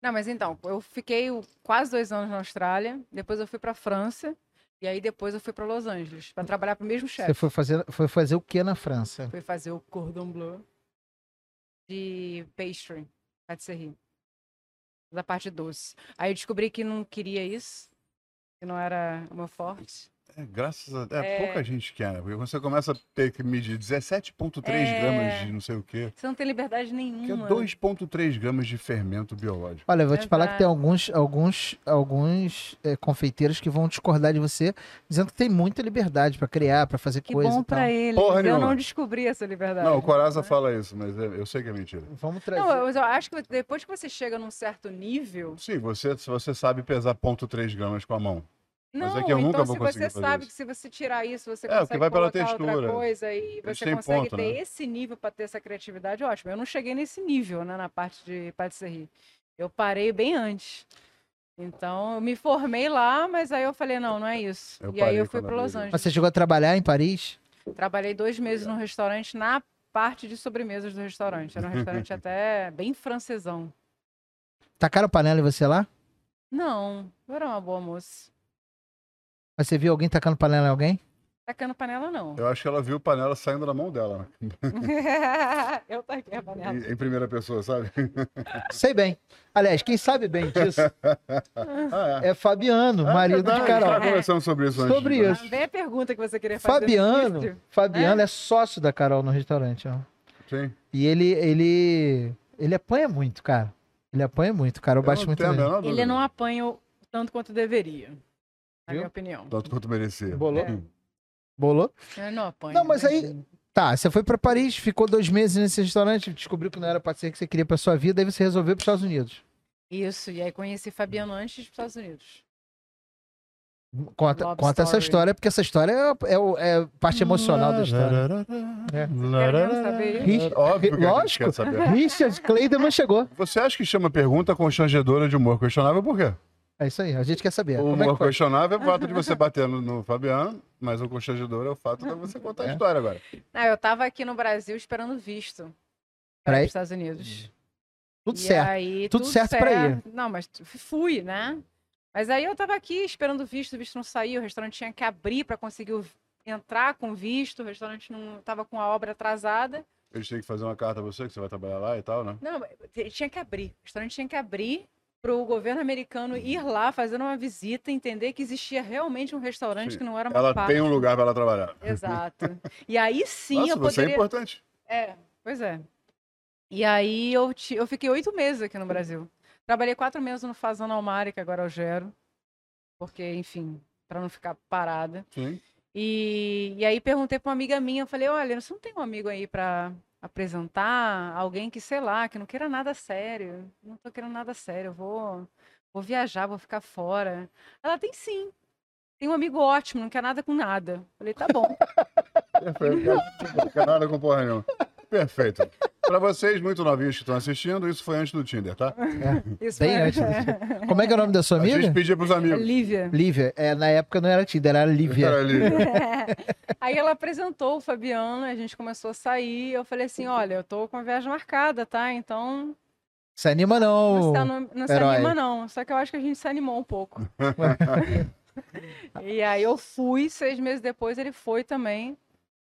Não, mas então, eu fiquei o- quase dois anos na Austrália, depois eu fui pra França, e aí depois eu fui pra Los Angeles, pra trabalhar pro mesmo
Você
chefe.
foi fazer, foi fazer o que na França?
Fui fazer o cordon bleu de pastry, patisserie, da parte doce. Aí eu descobri que não queria isso, que não era o meu forte.
É, graças a Deus. É,
É.
pouca gente quer, né? Porque você começa a ter que medir 17,3
É.
gramas de não sei o quê.
Você não tem liberdade
Que é
nenhuma.
2,3 gramas de fermento biológico.
Olha, eu
É
vou te falar que tem
Exato.
alguns, alguns, alguns é, confeiteiros que vão discordar de você, dizendo que tem muita liberdade pra criar, pra fazer
Que
coisa. tá?
bom
e tal.
pra ele.
Porra
mas eu
nenhuma.
não descobri essa liberdade.
Não, o Coraza
né?
fala isso, mas é- eu sei que é mentira.
Vamos trazer.
Não, eu, eu acho que depois que você chega num certo nível,
Sim, você, se você sabe pesar 0,3 gramas com a mão.
Não,
Mas é que eu nunca
então
vou
se
conseguir
você
fazer
sabe
isso.
que se você tirar isso, você
É, o que
consegue
vai pela
colocar
textura.
outra coisa e
Eles
você
têm
consegue
ponto,
ter
né?
esse nível para ter essa criatividade, ótimo. Eu não cheguei nesse nível, né, na parte de patisserie. Eu parei bem antes. Então, eu me formei lá, mas aí eu falei, não, não é isso.
Eu
e aí
parei
eu fui
quando
para
abri
Los
o-
Angeles.
Mas você chegou a trabalhar em Paris?
Trabalhei dois meses num restaurante na parte de sobremesas do restaurante. Era um restaurante até bem francesão.
Tacaram panela em você lá?
Não, eu era uma boa moça.
Mas você viu alguém tacando panela em alguém?
Tacando panela, não.
Eu acho que ela viu panela saindo da mão dela, né?
eu taquei a panela.
em, em primeira pessoa, sabe?
É Sei bem. Aliás, quem sabe bem disso
Ah,
é Fabiano,
Ah,
marido de
verdade, A
Carol.
gente tá conversando sobre isso antes.
Sobre
de-
isso.
Ah, Vem a pergunta que você queria fazer. né? no
Fabiano,
início.
Fabiano é sócio da Carol no restaurante, ó.
Sim.
E ele, ele, ele apanha muito, cara. Ele apanha muito, cara. Eu,
Eu
baixo
não
muito
tenho a
nele.
menor dúvida.
Ele não apanha o tanto quanto deveria, na
Viu?
minha opinião.
Tanto quanto merecia.
Bolou?
Hum.
Bolou?
Ele não apanha.
Não, mas aí-
imagina.
Tá, você foi pra Paris, ficou dois meses nesse restaurante, descobriu que não era parceiro que você queria pra sua vida, aí você resolveu pros Estados Unidos.
Isso, e aí conheci Fabiano antes dos Estados Unidos.
Conta,
Love
conta essa
story.
história, porque essa história é, é o- é a parte emocional da história. É.
mesmo saber?
Rich-
É Óbvio que a gente
Lógico.
quer saber.
Richard Clayderman chegou.
Você acha que chama pergunta constrangedora de humor questionável por quê?
É isso aí, a gente quer saber.
O
Como é
humor
que foi?
questionável é o fato de você bater no, no Fabiano, mas o constrangedor é o fato de você contar
É.
a história agora.
Ah, eu tava aqui no Brasil esperando visto para
Peraí.
os Estados Unidos.
Tudo
E
certo.
aí,
Tudo certo pra ir.
Não, mas tu- fui, né? Mas aí eu tava aqui esperando o visto, o visto não saiu, o restaurante tinha que abrir para conseguir o- entrar com visto, o restaurante não tava com a obra atrasada.
Eles têm que fazer uma carta a você, que você vai trabalhar lá e tal, né?
Não, mas te- tinha que abrir. O restaurante tinha que abrir para o governo americano
Uhum.
ir lá fazer uma visita, entender que existia realmente um restaurante
Sim.
que não era uma
Ela
parte.
tem um lugar pra ela trabalhar.
Exato. E aí sim
Nossa,
eu
você é
poderia.
importante.
É, pois é. E aí eu, ti- eu fiquei oito meses aqui no Brasil. Trabalhei quatro meses no Fazano Almari, que agora eu gero. Porque, enfim, para não ficar parada.
Sim.
E, e aí perguntei para uma amiga minha, eu falei, olha, você não tem um amigo aí para apresentar? Alguém que, sei lá, que não queira nada sério. Não tô querendo nada sério, eu vou, vou viajar, vou ficar fora. Ela tem sim. Tem um amigo ótimo, não quer nada com nada. Eu Falei, tá bom.
Perfeito. Não quer nada com porra nenhuma. Perfeito. Pra vocês, muito novinhos que estão assistindo, isso foi antes do Tinder, tá?
Isso
Bem antes
foi-
Como é que é o nome da sua
A gente
amiga?
pedia pros amigos.
Lívia.
Lívia. É, na época não era Tinder, era Lívia.
Era ali.
Aí ela apresentou o Fabiano, a gente começou a sair. Eu falei
Uhum.
assim: olha, eu tô com a viagem marcada, tá? Então
Se anima
não se,
não.
anu- tá não se
herói.
anima, não. Só que eu acho que a gente se animou um pouco. E aí eu fui, seis meses depois ele foi também.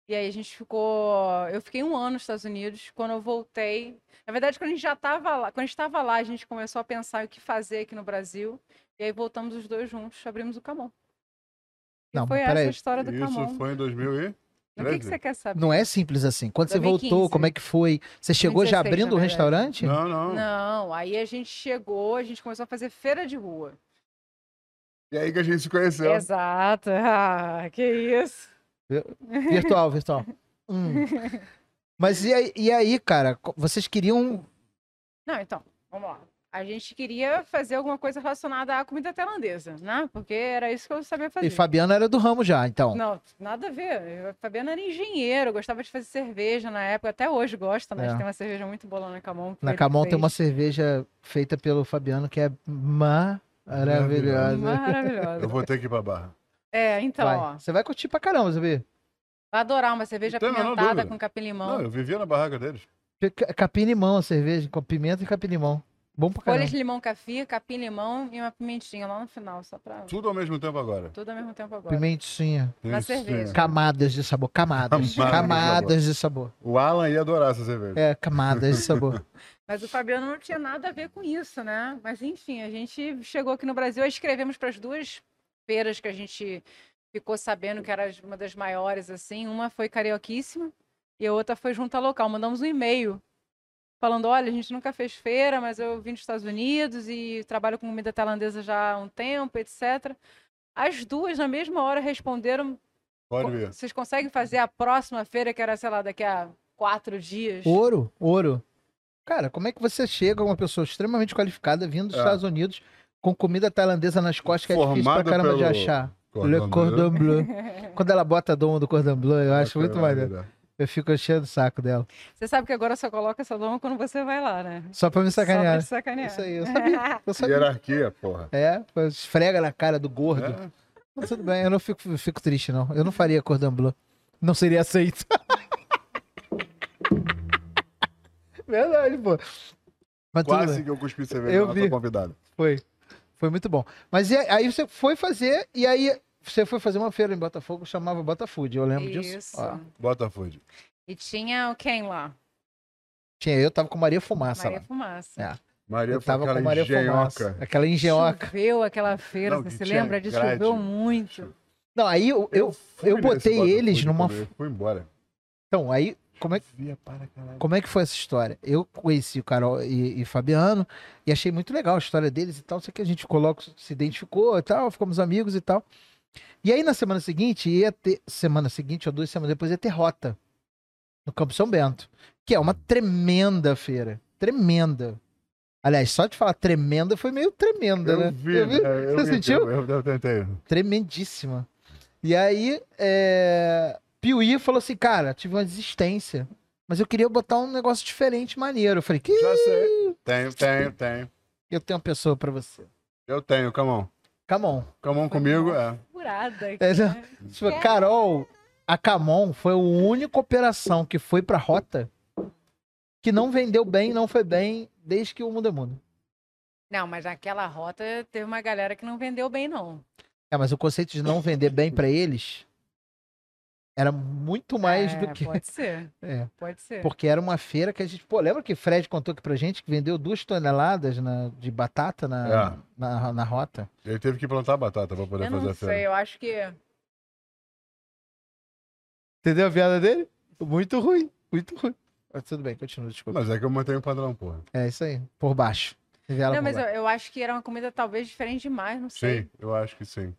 E aí a gente ficou. Eu fiquei um ano nos Estados Unidos. Quando eu voltei. Na verdade, quando a gente já estava lá, quando a gente estava lá, a gente começou a pensar o que fazer aqui no Brasil. E aí voltamos os dois juntos, abrimos o Camon. E
Não,
foi
mas
essa a
peraí.
história do Camon.
Isso foi em 2000 e...
O que, que
13?
você quer saber?
Não é simples assim. Quando você
2015.
voltou, como é que foi? Você chegou já
2016,
abrindo o
na
restaurante?
Não, não,
Não, aí a gente chegou, a gente começou a fazer feira de rua.
E aí que a gente se conheceu.
Exato. Ah, que isso.
Virtual, virtual. Hum. Mas e aí, e aí, cara? Co- Vocês queriam.
Não, então, vamos lá. A gente queria fazer alguma coisa relacionada à comida tailandesa, né? Porque era isso que eu sabia fazer.
E Fabiano era do ramo já, então.
Não, nada a ver. A Fabiana era engenheiro, gostava de fazer cerveja na época, até hoje gosta, né?
É.
Tem uma cerveja muito boa lá na Camon. que
Na
ele
Camon tem
fez.
uma cerveja feita pelo Fabiano que é maravilhosa.
Eu
Maravilhosa.
vou ter que ir pra barra.
É, então,
Vai.
ó.
Você vai curtir pra caramba, sabia?
Vai adorar uma cerveja
Não tem a menor
apimentada
dúvida.
com capim-limão.
Não, eu vivia na barraca deles.
Ca- Capim-limão a cerveja, com pimenta e capim-limão. Bom pra
Folhas
caramba.
de limão café, capim-limão e uma pimentinha lá no final, só pra...
Tudo ao mesmo tempo agora.
Tudo ao mesmo tempo agora.
Pimentinha.
Na
Isso,
cerveja.
sim.
Camadas de sabor. Camadas.
Camadas de sabor.
Camadas de sabor.
O Alan ia adorar essa cerveja.
É, camadas de sabor.
Mas o Fabiano não tinha nada a ver com isso, né? Mas enfim, a gente chegou aqui no Brasil, aí escrevemos para as duas feiras que a gente ficou sabendo que era uma das maiores, assim. Uma foi Carioquíssima e a outra foi Junta Local. Mandamos um e-mail falando: olha, a gente nunca fez feira, mas eu vim dos Estados Unidos e trabalho com comida tailandesa já há um tempo, etc. As duas, na mesma hora, responderam:
Pode ver.
vocês conseguem fazer a próxima feira, que era, sei lá, daqui a quatro dias?
Ouro, ouro. Cara, como é que você chega uma pessoa extremamente qualificada vindo dos
É.
Estados Unidos com comida tailandesa nas costas que é difícil pra
Formada
caramba de
pelo
achar? Le Cordon Bleu. Quando ela bota a doma do Cordon Bleu, eu acho muito maneiro. Eu fico cheio do saco dela.
Você sabe que agora só coloca essa doma quando você vai lá, né?
Só pra me
Só pra
sacanear.
te sacanear.
Isso aí, eu sabia. Eu sabia.
Hierarquia, porra.
É, esfrega na cara do gordo. Tá
É.
Mas tudo bem, eu não fico, eu fico triste, não. Eu não faria cordão bleu. Não seria aceito. Verdade, pô. Mas tudo
Quase
bem.
que eu cuspi cerveja
Eu
na
vi.
tua convidada.
Foi. Foi muito bom. Mas e aí- aí você foi fazer, e aí você foi fazer uma feira em Botafogo, chamava Botafood, eu lembro disso.
Isso.
Ó,
Botafogo.
E tinha o quem lá?
tinha, eu tava com Maria Fumaça
Maria
lá.
Fumaça.
É,
Maria
Eu
foi
tava
aquela
com Maria
engenhoca.
Fumaça. Aquela engenhoca.
Choveu aquela feira,
Não,
você
que
se
tinha
lembra disso?
grade.
Choveu muito.
Não, aí eu, eu,
fui
eu
nesse
botei
Botafogo
eles numa-
também, Fui embora.
Então, aí, como é que.
Via para caralho.
Como é que foi essa história? Eu conheci o Carol e, e Fabiano e achei muito legal a história deles e tal. Sei que a gente coloca, se identificou e tal, ficamos amigos e tal. E aí na semana seguinte ia ter, semana seguinte ou duas semanas depois ia ter rota no Campo São Bento, que é uma tremenda feira, tremenda. Aliás, só de falar tremenda foi meio tremenda, né?
Eu vi,
Eu vi.
né? Eu
Você
vi,
sentiu?
Eu, eu tentei.
Tremendíssima. E aí, é... Piuí falou assim, cara, tive uma desistência, mas eu queria botar um negócio diferente, maneiro. Eu falei, que
Já sei. Tenho, tenho, tenho.
Eu tenho uma pessoa pra você.
Eu tenho, Camon.
Camon.
Camon comigo, é.
Furada.
É, não.
né?
Tipo, Carol, a Camon foi a única operação que foi pra rota que não vendeu bem, não foi bem desde que o mundo é mundo.
Não, mas naquela rota teve uma galera que não vendeu bem, não.
É, mas o conceito de não vender bem pra eles era muito mais
É,
do que.
Pode ser,
É,
pode ser.
porque era uma feira que a gente. Pô, lembra que Fred contou aqui pra gente que vendeu duas toneladas na- de batata na,
É.
na, na rota?
Ele teve que plantar batata pra poder
Eu
fazer
não
a feira.
sei, eu acho que.
Entendeu a piada dele? Muito ruim, muito ruim. Mas tudo bem, continua, desculpa.
Mas é que eu mantenho o padrão, porra.
É isso aí, por baixo. Nivela
Não,
por
mas eu,
baixo.
eu acho que era uma comida talvez diferente demais, não sei.
Sim, eu acho que sim.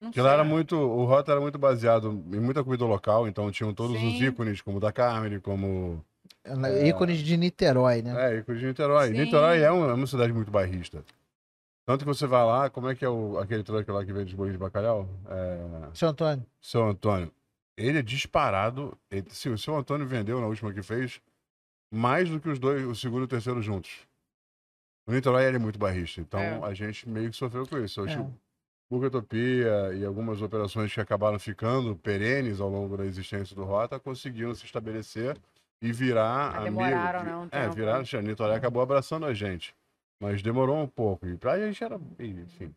Não
Porque lá era
sei.
muito. O Rota era muito baseado em muita comida local, então tinham todos os
Sim.
ícones, como o da Carmen, como.
Na- Ícones de Niterói, né?
É, ícones de Niterói.
Sim.
Niterói é uma, é uma cidade muito bairrista. Tanto que você vai lá, como é que é o, aquele truque lá que vende os bolinhos de bacalhau? É,
Seu Antônio,
Seu Antônio. Ele é disparado. Ele, se o seu Antônio vendeu na última que fez mais do que os dois, o segundo e o terceiro juntos. O Niterói ele é muito barrista, então
É.
a gente meio que sofreu com isso. Eu acho
É.
que Burgatopia e algumas operações que acabaram ficando perenes ao longo da existência do Rota conseguiram se estabelecer e virar
Mas
amigo.
demoraram, né, um
É,
tempo.
viraram. A Nitoria acabou abraçando a gente. Mas demorou um pouco. E pra gente era. Enfim.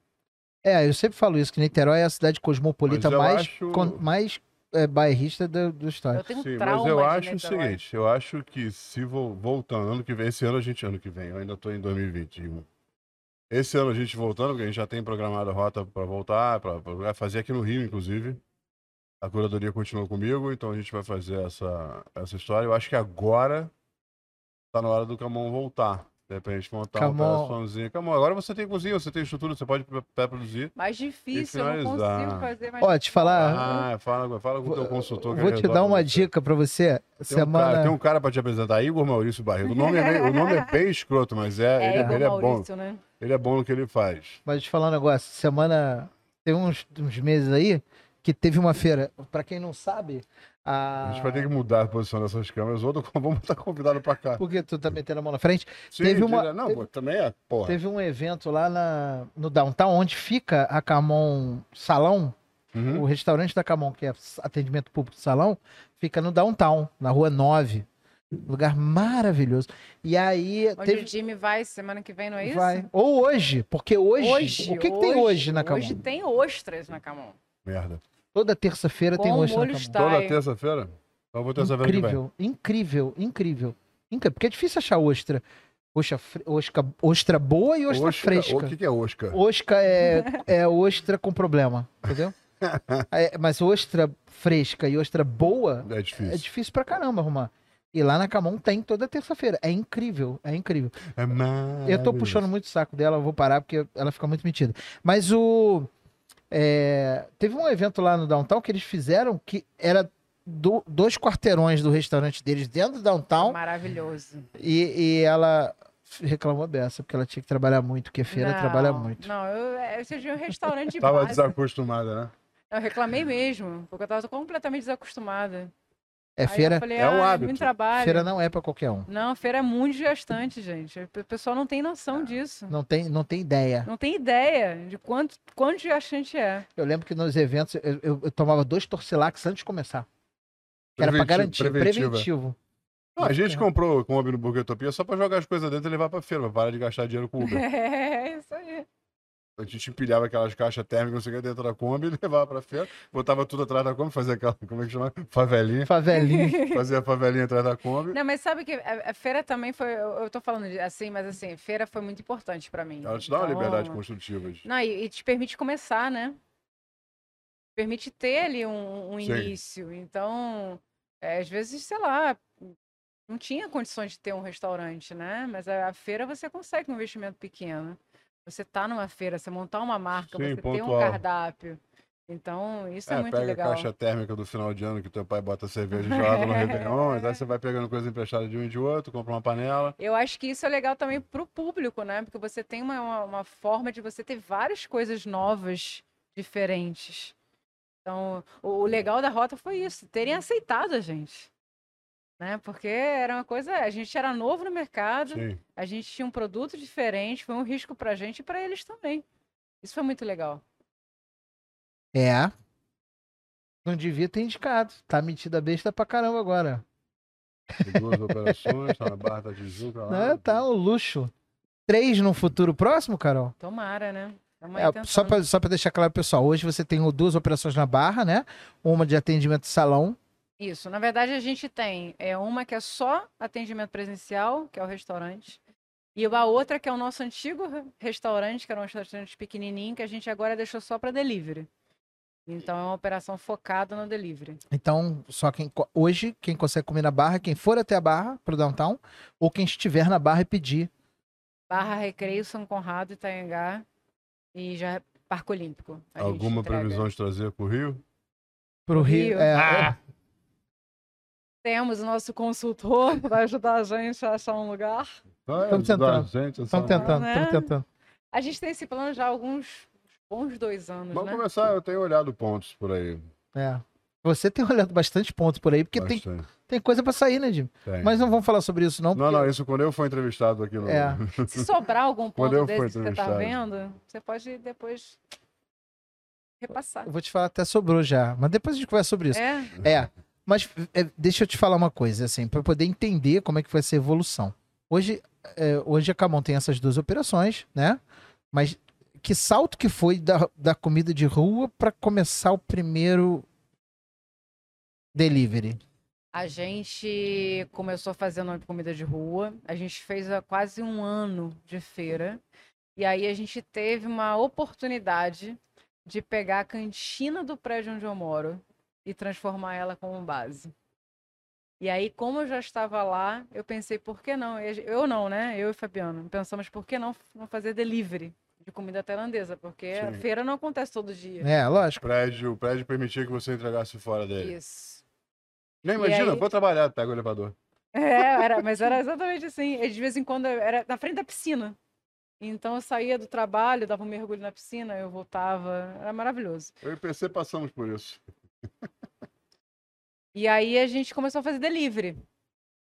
É, eu sempre falo isso, que Niterói é a cidade cosmopolita
Mas eu
mais,
acho-
con- mais é, bairrista do, do estado.
Eu tenho
Sim,
um trauma
mas eu
de
acho o
Niterói.
seguinte, eu acho que se vol- voltando, ano que vem, esse ano a gente, ano que vem, eu ainda estou em 2021. Esse ano a gente voltando, porque a gente já tem programado a rota para voltar, para fazer aqui no Rio, inclusive. A curadoria continua comigo, então a gente vai fazer essa, essa história. Eu acho que agora tá na hora do Camon voltar. De repente montar
Camon.
uma operaçãozinha. Camon, agora você tem cozinha, você tem estrutura, você pode pré- pré-produzir.
Mais difícil, eu não
finalizar.
consigo fazer mais.
Ó, te falar,
Ah, fala, fala com o teu
vou-
consultor. que
vou
ele
te
resolve
dar
pra
uma
você.
dica pra você.
Tem um, cara,
Semana.
tem um cara pra te apresentar, Igor Maurício Barreto. O nome é, meio- o nome é bem escroto, mas é,
é,
ele,
Igor
ele é bom.
Maurício, né?
Ele é bom no que ele faz.
Mas te falar um negócio, semana. Tem uns, uns meses aí que teve uma feira. Pra quem não sabe, a.
A gente vai ter que mudar a posição dessas câmeras. Outro, vamos botar convidado pra cá.
Porque tu tá metendo a mão na frente.
Sim,
Teve uma-
tira- Não,
teve-
pô, também é, porra.
Teve um evento lá na, no Downtown, onde fica a Camon Salão,
Uhum.
o restaurante da Camon, que é atendimento público do salão, fica no Downtown, na rua 9. Lugar maravilhoso. E aí
Onde
teve.
o Jimmy vai semana que vem, não é isso?
Vai. Ou hoje, porque hoje. o que, que tem hoje na Camon?
Hoje tem ostras na Camon.
Merda.
Toda terça-feira tem
Com
hoje na
molho
Camon.
Toda
Tá,
terça-feira? Então eu vou terça-feira que vem.
Incrível, incrível, incrível, incrível. Porque é difícil achar ostra. Ostra, fre- ostra, ostra boa e ostra,
Osca-
fresca.
O que, que é Osca?
Osca é, é ostra com problema, entendeu? É, mas ostra fresca e ostra boa
É difícil.
é difícil pra caramba arrumar. E lá na Camon tem toda terça-feira. É incrível, é incrível.
É maravilhoso.
Eu tô puxando muito o saco dela, eu vou parar porque ela fica muito metida. Mas o. é, teve um evento lá no Downtown que eles fizeram que era do- dois quarteirões do restaurante deles dentro do Downtown
Maravilhoso.
e, e ela reclamou dessa, porque ela tinha que trabalhar muito, porque a feira
Não,
trabalha muito.
Não, eu, é, eu seja um restaurante de
Tava
base.
desacostumada, né?
Eu reclamei mesmo, porque eu tava completamente desacostumada.
É
Aí eu
feira,
falei,
É um
"Ah,
hábito.
muito trabalho.
feira não é pra qualquer um.
Não, feira é muito desgastante, gente. O pessoal não tem
É.
noção disso.
Não tem, não tem ideia.
Não tem ideia de quanto, quanto desgastante é.
Eu lembro que nos eventos eu, eu- eu tomava dois torcilax antes de começar. Que era pra
Preventivo-
garantir,
preventiva.
preventivo.
Não, a gente
Bacana.
comprou o Kombi no Burgertopia só pra jogar as coisas dentro e levar pra feira, para de gastar dinheiro com Uber.
É isso aí.
A gente empilhava aquelas caixas térmicas, não sei o que, dentro da Kombi, levava pra feira, botava tudo atrás da Kombi, fazia aquela, como é que chama? Favelinha.
Favelinha.
Fazia a favelinha atrás da Kombi.
Não, mas sabe que a, a feira também foi. Eu, eu tô falando de- assim, mas assim, feira foi muito importante pra mim.
Ela te dá uma
Então,
liberdade construtiva. gente.
Não, e, e te permite começar, né? Permite ter ali um, um
Sim.
início. Então, é, às vezes, sei lá, não tinha condições de ter um restaurante, né? Mas a, a feira você consegue um investimento pequeno. Você tá numa feira, você montar uma marca,
Sim,
você ter um
pontual.
cardápio. Então, isso é,
É,
muito
pega
legal. É.
a caixa térmica do final de ano que teu pai bota cerveja gelada no Réveillon, aí você vai pegando coisa emprestada de um e de outro, compra uma panela.
Eu acho que isso é legal também pro público, né? Porque você tem uma, uma, uma forma de você ter várias coisas novas, diferentes. Então, o, o legal da rota foi isso, terem aceitado a gente. Né? Porque era uma coisa, a gente era novo no mercado,
Sim.
a gente tinha um produto diferente, foi um risco pra gente e pra eles também. Isso foi muito legal.
É. Não devia ter indicado. Tá metida besta pra caramba agora.
Tem duas operações, tá na Barra da Tijuca lá.
Né? Tá um luxo. Três no futuro próximo, Carol?
Tomara, né? É uma
É,
intenção,
só,
né?
pra, só pra deixar claro, pessoal, hoje você tem o- duas operações na barra, né? Uma de atendimento de salão.
Isso, na verdade a gente tem é uma que é só atendimento presencial, que é o restaurante, e a outra que é o nosso antigo re- restaurante, que era um restaurante pequenininho, que a gente agora deixou só para delivery. Então é uma operação focada no delivery.
Então, só quem. co- Hoje, quem consegue comer na barra, quem for até a barra, pro downtown, ou quem estiver na barra e pedir.
Barra
Uhum.
Recreio, São Conrado, Itaiangá e já é Parque Olímpico. a gente
Alguma
entrega.
previsão de trazer pro Rio?
Pro Rio.
Rio.
é,
Temos o nosso consultor que vai ajudar a gente a achar um lugar.
Ah,
Estamos
ajudar a gente,
Estamos
essa-
tentando,
né?
estamos tentando.
A gente tem esse plano já há alguns bons dois anos,
Vamos
né?
começar, eu tenho olhado pontos por aí.
É. Você tem olhado bastante pontos por aí, porque tem,
bastante.
tem coisa pra sair, né, Jimmy?
Tem.
Mas não vamos falar sobre isso, não.
Não,
porque-
não, isso quando eu fui entrevistado aqui no.
É.
Se sobrar algum
Quando
ponto
eu for
desse que você tá
entrevistado.
vendo, você pode depois repassar.
Eu vou te falar, até sobrou já. Mas depois a gente conversa sobre isso.
É,
É. Mas é, deixa eu te falar uma coisa, assim, para poder entender como é que foi essa evolução. Hoje, é, hoje a Camon tem essas duas operações, né? Mas que salto que foi da, da comida de rua pra começar o primeiro delivery?
A gente começou fazendo comida de rua, a gente fez há quase um ano de feira, e aí a gente teve uma oportunidade de pegar a cantina do prédio onde eu moro e transformar ela como base. E aí, como eu já estava lá, eu pensei, por que não? E a gen- Eu não, né? Eu e Fabiano pensamos, por que não, não fazer delivery de comida tailandesa? Porque a
Sim.
feira não acontece todo dia.
É,
O
lógico.
prédio, o prédio permitia que você entregasse fora dele.
Isso.
Nem
E
imagina,
aí-
vou trabalhar, pega o elevador.
É, era, mas era exatamente assim. E de vez em quando eu- era na frente da piscina. Então eu saía do trabalho, dava um mergulho na piscina, eu voltava. Era maravilhoso.
Eu e o PC passamos por isso.
E aí a gente começou a fazer delivery.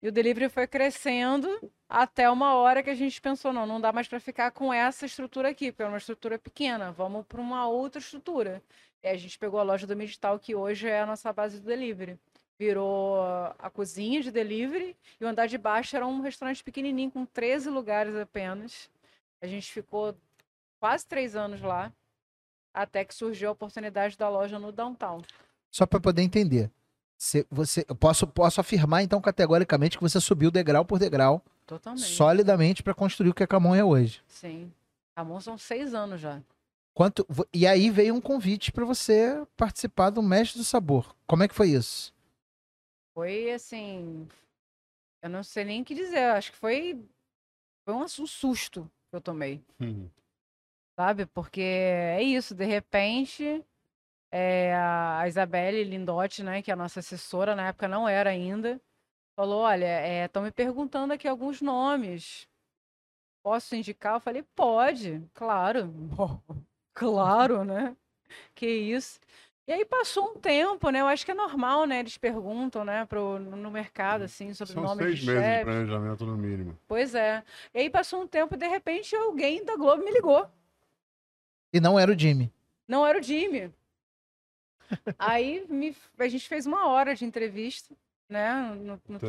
E o delivery foi crescendo até uma hora que a gente pensou, não, não dá mais para ficar com essa estrutura aqui, porque é uma estrutura pequena, vamos para uma outra estrutura. E a gente pegou a loja do Medital, que hoje é a nossa base do delivery. Virou a cozinha de delivery e o andar de baixo era um restaurante pequenininho, com 13 lugares apenas. A gente ficou quase três anos lá, até que surgiu a oportunidade da loja no downtown.
Só pra poder entender. Você, você, eu posso, posso afirmar, então, categoricamente, que você subiu degrau por degrau,
Totalmente.
solidamente, pra construir o que a Camon é hoje.
Sim. Ramon são seis anos já.
Quanto, vo- e aí veio um convite pra você participar do Mestre do Sabor. Como é que foi isso?
Foi assim. Eu não sei nem o que dizer. Acho que foi. Foi um ass- um susto que eu tomei. Sabe? Porque é isso, de repente, é, a a Isabelle Lindotti, né, que é a nossa assessora, na época não era ainda, falou: Olha, estão me perguntando aqui alguns nomes. Posso indicar? Eu falei: Pode, claro. Claro, né? Que isso. E aí passou um tempo, né? Eu acho que é normal, né? Eles perguntam, né, pro, no no mercado, assim, sobre
Uhum. São
nomes
seis
de
meses né? de
chefes.
planejamento no mínimo.
Pois é. E aí passou um tempo, de repente, alguém da Globo me ligou.
E não era o Jimmy.
Não era o Jimmy. Aí me- a gente fez uma hora de entrevista, né, no, no
Telefone.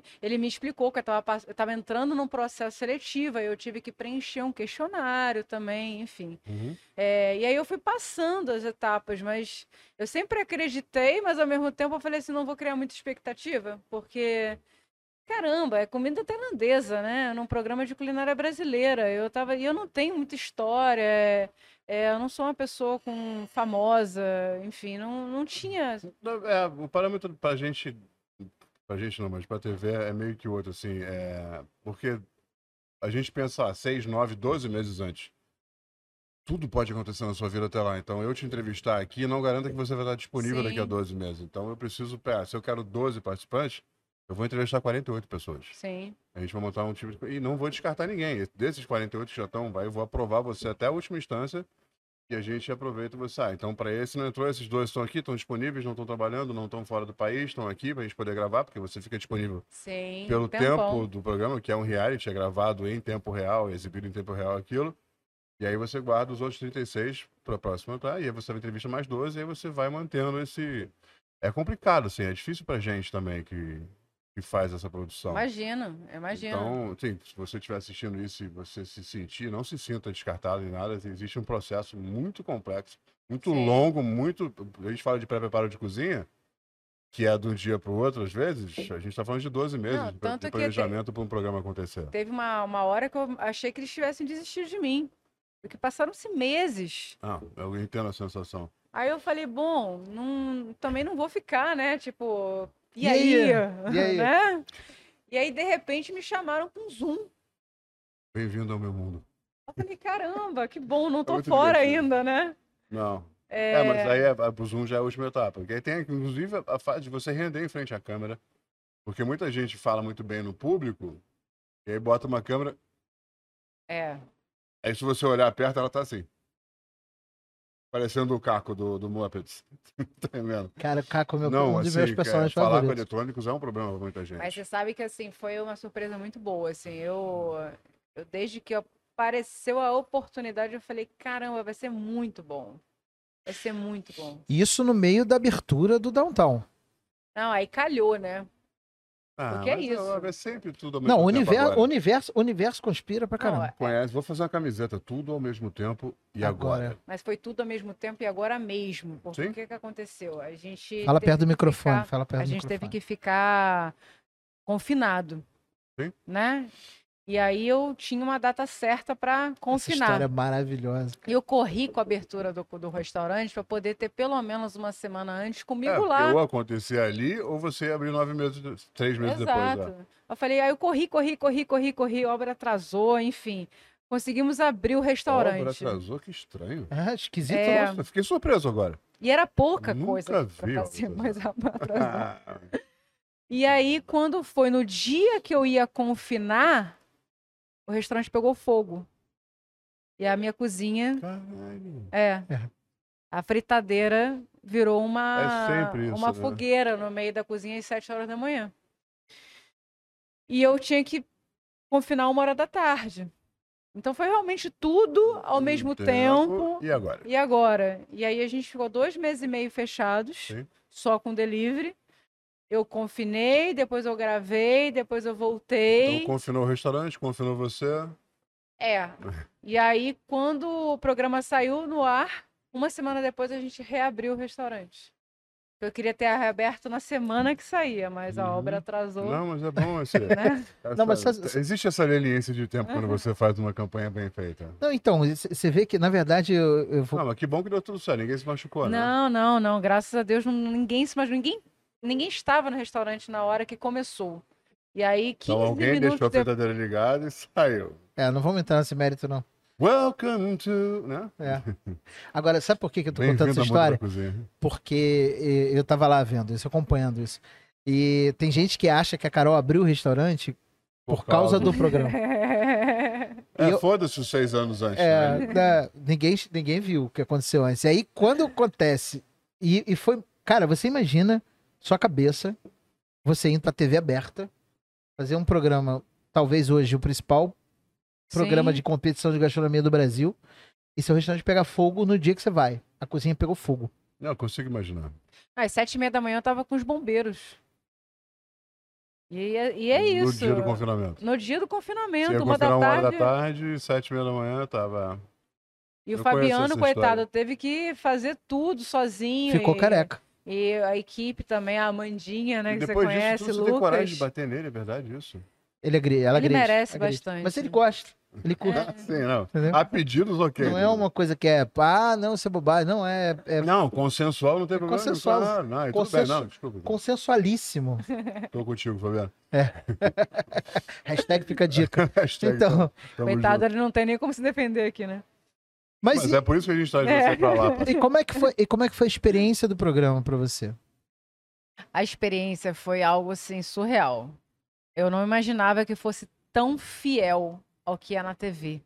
telefone. Ele me explicou que eu estava eu tava entrando num processo seletivo, aí eu tive que preencher um questionário também, enfim.
Uhum.
É, e aí eu fui passando as etapas, mas eu sempre acreditei, mas ao mesmo tempo eu falei assim, não vou criar muita expectativa, porque caramba, é comida tailandesa, né? Num programa de culinária brasileira. Eu tava, e eu não tenho muita história, é, é, eu não sou uma pessoa com famosa, enfim, não, não tinha.
Não, é, o parâmetro pra gente. Pra gente não, mas pra TV é meio que outro, assim. É, porque a gente pensa ah, seis, nove, doze meses antes. Tudo pode acontecer na sua vida até lá. Então, eu te entrevistar aqui não garanta que você vai estar disponível daqui a
Sim.
12 meses. Então, eu preciso. pera, se eu quero 12 participantes, eu vou entrevistar 48 pessoas.
Sim,
A gente vai montar um time de... E não vou descartar ninguém. Desses 48 que já estão, vai, eu vou aprovar você até a última instância. E a gente aproveita você. Ah, então para esse não entrou, esses dois estão aqui, estão disponíveis, não estão trabalhando, não estão fora do país, estão aqui para a gente poder gravar, porque você fica disponível
sim.
pelo
um tempão.
tempo do programa, que é um reality, é gravado em tempo real, é exibido em tempo real aquilo. E aí você guarda os outros 36 para a próxima, tá? E aí você vai entrevista mais 12, e aí você vai mantendo esse. É complicado, assim, é difícil pra gente também que, que faz essa produção.
Imagino, eu imagino.
Então, assim, se você estiver assistindo isso e você se sentir, não se sinta descartado em nada. Existe um processo muito complexo, muito
Sim.
longo, muito. A gente fala de pré-preparo de cozinha, que é de um dia para o outro, às vezes. A gente está falando de 12 meses
Não,
de pro-
tanto
de
que tem-
planejamento para um programa acontecer.
Teve uma, uma hora que eu achei que eles tivessem desistido de mim. Porque passaram-se meses.
Ah, eu entendo a sensação.
Aí eu falei, bom, não- também não vou ficar, né? Tipo, e,
E aí?
aí?
E aí?
Né? E aí, de repente, me chamaram com Zoom.
Bem-vindo ao meu mundo.
Eu falei, caramba, que bom, não tô
muito
fora
divertido.
ainda, né?
Não.
É,
É, mas aí é, o Zoom já é a última etapa. Porque aí tem, inclusive, a, a fase de você render em frente à câmera. Porque muita gente fala muito bem no público, e aí bota uma câmera.
é,
Aí se você olhar perto, ela tá assim. Parecendo o Caco do, do Muppets. tá vendo?
Cara, o Caco é meu-
não,
um dos
assim,
meus
cara,
personagens
falar com
favoritos.
eletrônicos é um problema pra muita gente.
Mas você sabe que, assim, foi uma surpresa muito boa, assim. Eu, eu desde que apareceu a oportunidade, eu falei, caramba, vai ser muito bom. Vai ser muito bom.
Isso no meio da abertura do Downtown.
Não, aí calhou, né?
Ah,
Porque é
mas
isso.
É, é sempre tudo ao mesmo
Não, o
tempo
universo,
agora.
universo, universo conspira pra
é
caramba.
Conhece, vou fazer uma camiseta, tudo ao mesmo tempo e agora.
Agora.
Mas foi tudo ao mesmo tempo e agora mesmo. Porque
Sim.
o que, que aconteceu? A gente.
Fala
teve
perto do
que
microfone,
ficar-
fala perto
a
do
gente
microfone.
teve que ficar confinado.
Sim.
Né? E aí eu tinha uma data certa para
Essa
confinar.
história é maravilhosa.
E eu corri com a abertura do, do restaurante para poder ter pelo menos uma semana antes comigo
É,
lá.
porque ou acontecer ali, ou você abrir nove meses, de- três meses
Exato.
depois. né? ó.
Eu falei, aí eu corri, corri, corri, corri, corri, a obra atrasou, enfim. Conseguimos abrir o
Obra
restaurante.
atrasou, que estranho.
Ah, esquisito.
É.
né?
Nossa, fiquei surpreso agora.
E era pouca
Nunca
coisa
vi
pra
obra
fazer,
atrasada.
mas a obra atrasou.
Ah,
E aí, quando foi no dia que eu ia confinar, o restaurante pegou fogo. E a minha cozinha,
Caralho.
é,
É.
a fritadeira virou uma,
É sempre isso,
uma
né?
fogueira no meio da cozinha às sete horas da manhã. E eu tinha que confinar uma hora da tarde. Então foi realmente tudo ao mesmo tempo.
E agora?
E agora? E aí a gente ficou dois meses e meio fechados,
Sim.
só com delivery. Eu confinei, depois eu gravei, depois eu voltei.
Então, confinou o restaurante, confinou você.
É. E aí, quando o programa saiu no ar, uma semana depois a gente reabriu o restaurante. Eu queria ter reaberto na semana que saía, mas a
Uhum.
obra atrasou.
Não, mas é bom esse.
Né?
essa-
Não, mas sabe-
Existe essa leniência de tempo quando
Aham.
você faz uma campanha bem feita.
Não, então, você vê que, na verdade, eu, eu vou.
Não, mas que bom que deu tudo certo, ninguém se machucou, né?
Não, não, não. Graças a Deus, não- ninguém se mas ninguém, ninguém estava no restaurante na hora que começou. E aí, 15
Então alguém
minutos
deixou a
depois.
fritadeira ligada e saiu.
É, não vamos entrar nesse mérito, não.
Welcome to. Né?
É. Agora, sabe por que, que eu tô
Bem-vindo
contando essa
ao mundo
história?
da cozinha.
Porque eh, eu tava lá vendo isso, acompanhando isso. E tem gente que acha que a Carol abriu o restaurante por, causa, do programa.
É,
E eu-
foda-se os seis anos antes.
É,
né?
da- ninguém, ninguém viu o que aconteceu antes. E aí, quando acontece, e, e foi. Cara, você imagina sua cabeça, você indo pra TV aberta, fazer um programa, talvez hoje o principal programa
Sim.
de competição de gastronomia do Brasil, e seu restaurante pega fogo no dia que você vai. A cozinha pegou fogo.
Não, eu consigo imaginar.
Às sete e meia da manhã eu tava com os bombeiros. E, é- e é isso.
No dia do confinamento.
No dia do confinamento,
Você ia
uma, da
confinar
tarde,
uma hora da tarde, sete e meia da manhã, tava.
E o
Eu conheço
Fabiano,
essa
coitado,
história.
teve que fazer tudo sozinho.
Ficou
e-
careca.
E a equipe também, a Amandinha,
e
né? Que você
depois
conhece,
disso, tudo, você tem coragem
Lucas.
de bater nele, é verdade isso?
Ele agride, ela é
Ele
agride,
merece
agride.
bastante. É.
Mas ele gosta. Ele curte.
Ah, Sim, não.
É. Entendeu?
A pedidos, ok.
Não é uma coisa que é, ah, não, isso é bobagem. Não, é, é
Não, consensual não tem problema.
Consensual.
Não, claro, não, e tudo bem,
Consensu-
não, desculpa.
consensualíssimo.
Tô contigo, Fabiano.
Hashtag fica a dica.
Hashtag
Então,
tamo
Coitado,
junto.
ele não tem nem como se defender aqui, né?
mas,
Mas
e,
é por isso que a gente tá de você
É.
pra lá. pô.
e como é que foi, e como é que foi a experiência do programa pra você?
A experiência foi algo assim surreal. Eu não imaginava que fosse tão fiel ao que é na TV.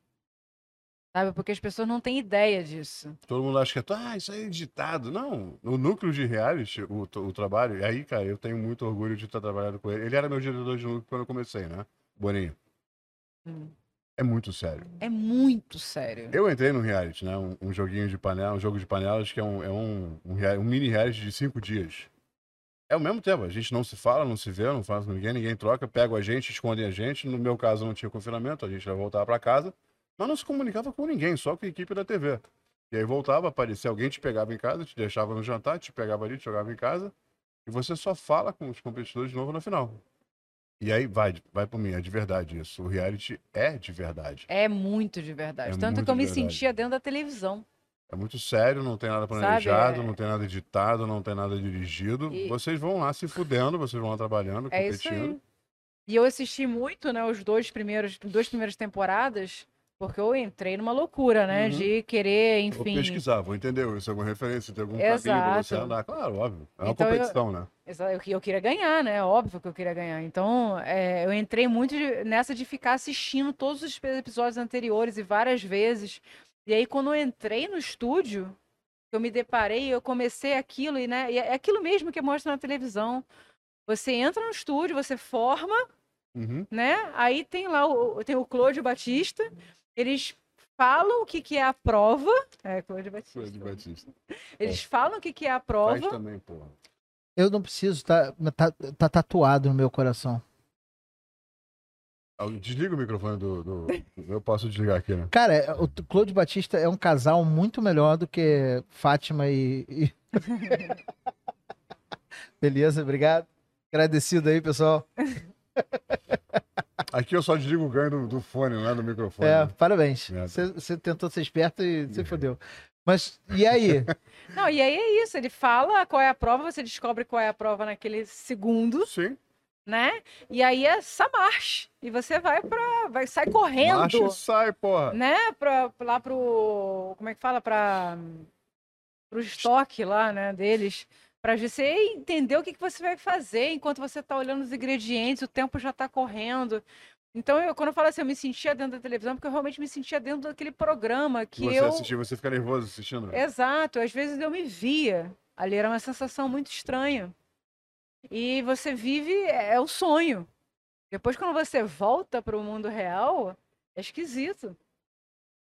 Sabe? Porque as pessoas não têm ideia disso.
Todo mundo acha que é, ah, isso aí é editado. Não, o núcleo de reality, o, o trabalho, e aí, cara, eu tenho muito orgulho de estar trabalhando com ele. Ele era meu diretor de núcleo quando eu comecei, né? Boninho.
Hum.
É muito sério.
É muito sério.
Eu entrei num reality, né? Um, um joguinho de panela, um jogo de panelas que é um, é um, um, rea- um mini reality de cinco dias. É o mesmo tempo, a gente não se fala, não se vê, não fala com ninguém, ninguém troca, pega a gente, escondem a gente. No meu caso não tinha confinamento, a gente já voltava pra casa, mas não se comunicava com ninguém, só com a equipe da TV. E aí voltava, aparecia alguém, te pegava em casa, te deixava no jantar, te pegava ali, te jogava em casa, e você só fala com os competidores de novo no final. E aí vai, vai por mim, é de verdade isso. O reality é de verdade.
É muito de verdade.
É
Tanto
muito
que eu
de
me
verdade.
sentia dentro da televisão.
É muito sério, não tem nada
Sabe,
planejado,
é-
não tem nada editado, não tem nada dirigido.
E-
Vocês vão lá se fudendo, vocês vão lá trabalhando,
É isso
competindo.
aí. E eu assisti muito, né, os dois primeiros, duas primeiras temporadas, porque eu entrei numa loucura, né,
Uhum.
de querer,
Vou
enfim.
pesquisar, vou entender isso, é alguma referência, tem algum caminho pra
Exato.
você andar. Claro, óbvio. É uma
Então eu-
competição, né?
Exa- Eu, que- eu queria ganhar, né? Óbvio que eu queria ganhar. Então, é, eu entrei muito de- nessa de ficar assistindo todos os episódios anteriores e várias vezes. E aí, quando eu entrei no estúdio, eu me deparei, eu comecei aquilo, e, né? E é aquilo mesmo que mostra na televisão. Você entra no estúdio, você forma,
Uhum.
né? Aí tem lá o, tem o Cláudio Batista, eles falam o que, que é a prova. É, Cláudio Batista.
Coisa de Batista.
Eles falam o que, que é a
Faz
prova.
também, porra.
Eu não preciso, tá, tá, tá tatuado no meu coração.
Ah, Desliga o microfone do, do- Eu posso desligar aqui, né?
Cara, é, o T- Claude Batista é um casal muito melhor do que Fátima e. e- Beleza, obrigado. Agradecido aí, pessoal.
Aqui eu só desligo o ganho do, do fone, não é do microfone.
É, parabéns.
Merda. É.
Você você tentou ser esperto e você fodeu. Mas, e aí?
Não, e aí é isso, ele fala qual é a prova, você descobre qual é a prova naquele segundo,
Sim.
né? E aí é essa marcha. E você vai pra. Vai, sai correndo,
Macho e sai, porra.
né? Pra, lá pro. Como é que fala? Pra. Pro estoque lá, né? Deles. Pra você entender o que, que você vai fazer enquanto você tá olhando os ingredientes, o tempo já tá correndo. Então, eu, quando eu falo assim, eu me sentia dentro da televisão, porque eu realmente me sentia dentro daquele programa que
você
eu.
assistir, você fica nervoso assistindo.
Exato, às vezes eu me via. Ali era uma sensação muito estranha. E você vive, é é o sonho. Depois, quando você volta para o mundo real, é esquisito.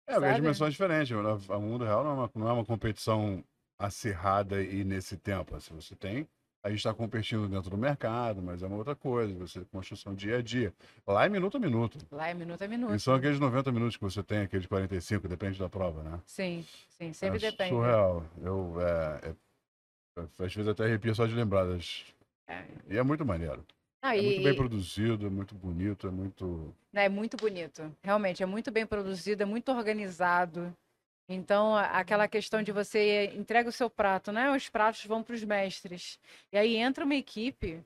É, porque as
sabe?
dimensões diferentes. O o mundo real não é, uma, não é uma competição acirrada e nesse tempo. Assim, você tem. A gente está competindo dentro do mercado, mas é uma outra coisa. Você construção dia a dia. Lá é minuto a minuto.
Lá é minuto a
E
minuto.
são aqueles 90 minutos que você tem, aqueles 45, depende da prova, né?
Sim, sim, sempre
é
depende.
Surreal. Eu, é, é- às vezes até arrepio só de lembrar. das-
É.
E é muito maneiro.
Ah,
É
e-
muito bem
e-
produzido, é muito bonito, é muito.
né, é muito bonito. Realmente, é muito bem produzido, é muito organizado. Então, a- aquela
Uhum.
questão de você entrega o seu prato, né? Os pratos vão para os mestres. E aí entra uma equipe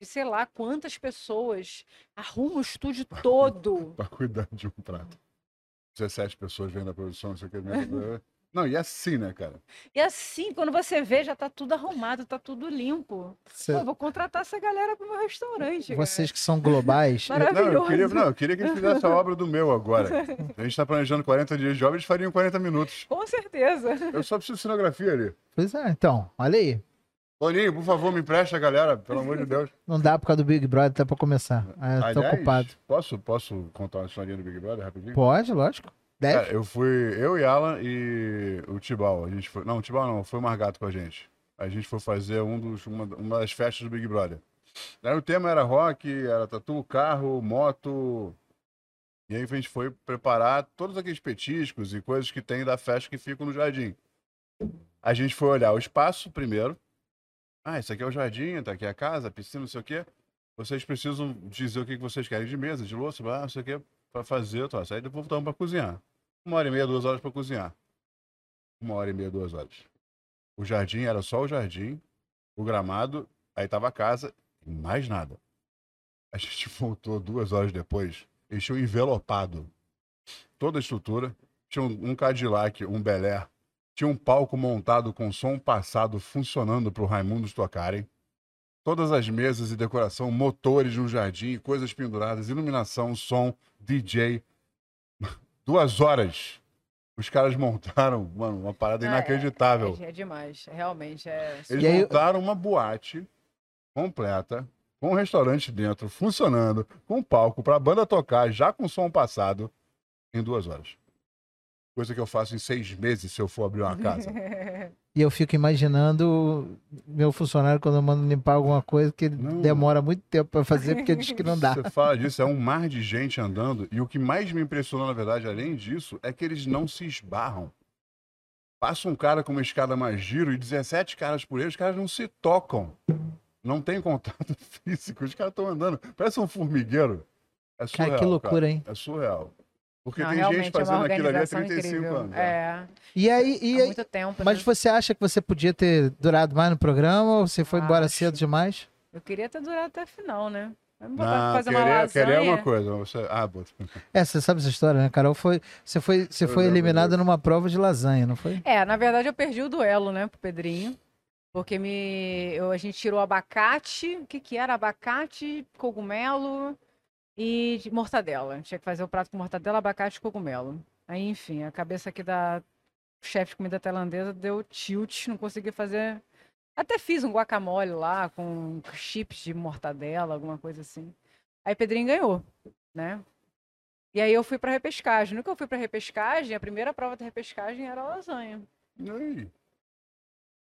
de sei lá quantas pessoas, arruma o estúdio todo.
Pra cuidar de um prato. 17 pessoas vêm da produção, não sei o que. né? Não, e assim, né, cara?
E assim, quando você vê, já tá tudo arrumado, tá tudo limpo.
Cê-
Pô, vou contratar essa galera pro meu restaurante. cara.
vocês que são globais, eu-
Não, eu queria,
Maravilhoso.
não, eu queria que eles fizessem a obra do meu agora. A gente tá planejando 40 dias de obra, eles fariam 40 minutos.
Com certeza.
Eu só preciso de cenografia ali.
Pois é, então, olha aí.
Boninho, por favor, me empresta, galera, pelo amor de Deus.
Não dá por causa do Big Brother, tá pra começar. Ah, eu tô
Aliás,
ocupado.
Posso, posso contar uma historinha do Big Brother rapidinho?
Pode, lógico. Deve.
Cara, eu fui, eu e Alan e o Tibal. A gente foi, não, o Tibal não, foi o Margato com a gente. A gente foi fazer um dos, uma, uma das festas do Big Brother. Aí o tema era rock, era tatu, carro, moto. E aí a gente foi preparar todos aqueles petiscos e coisas que tem da festa que ficam no jardim. A gente foi olhar o espaço primeiro. Ah, isso aqui é o jardim, tá aqui a casa, a piscina, não sei o quê. Vocês precisam dizer o que que vocês querem de mesa, de louça, blá, não sei o quê, pra fazer. Tá. Aí depois voltamos pra cozinhar. Uma hora e meia, duas horas para cozinhar. Uma hora e meia, duas horas. O jardim era só o jardim, o gramado, aí tava a casa e mais nada. A gente voltou duas horas depois, eles tinham envelopado toda a estrutura. Tinha um, um Cadillac, um Bel Air. Tinha um palco montado com som passado funcionando para o Raimundos tocarem. Todas as mesas e decoração, motores no jardim, coisas penduradas, iluminação, som, DJ duas horas. Os caras montaram, mano, uma parada
Ah, é.
inacreditável.
É, é demais, realmente. É...
Eles
E aí-
montaram uma boate completa, com um restaurante dentro, funcionando, com um palco pra banda tocar, já com som passado, em duas horas. Coisa que eu faço em seis meses se eu for abrir uma casa.
E eu fico imaginando meu funcionário quando eu mando limpar alguma coisa que ele
Não.
demora muito tempo pra fazer porque diz que não dá.
Você fala disso, é um mar de gente andando. E o que mais me impressionou, na verdade, além disso, é que eles não se esbarram. Passa um cara com uma escada mais giro e 17 caras por ele, os caras não se tocam. Não tem contato físico, os caras estão andando. Parece um formigueiro. É surreal,
Cara, que loucura, hein?
É surreal. Porque
Não,
tem
realmente
gente fazendo
é uma
aquilo ali há
organização
35
incrível.
anos. né?
É,
E aí, e
há
aí-
muito tempo.
mas
né?
você acha que você podia ter durado mais no programa ou você foi embora
Acho.
cedo demais?
Eu queria ter durado até a final, né? Eu não vou
Não,
fazer uma
querer,
lasanha.
querer é uma coisa. mas Você... Ah, bota.
É, você sabe essa história, né, Carol? Foi, você foi, você
Eu
foi
lembro
eliminada
disso.
numa prova de lasanha, não foi?
É, na verdade eu perdi o duelo, né, pro Pedrinho. Porque me... eu- a gente tirou abacate, o que que era? Abacate, cogumelo e de- mortadela. Tinha que fazer o prato com mortadela, abacate e cogumelo. Aí, enfim, a cabeça aqui da chefe de comida tailandesa deu tilt, não consegui fazer... Até fiz um guacamole lá com chips de mortadela, alguma coisa assim. Aí Pedrinho ganhou, né? E aí eu fui pra repescagem. No que eu fui pra repescagem, a primeira prova da repescagem era lasanha.
E aí?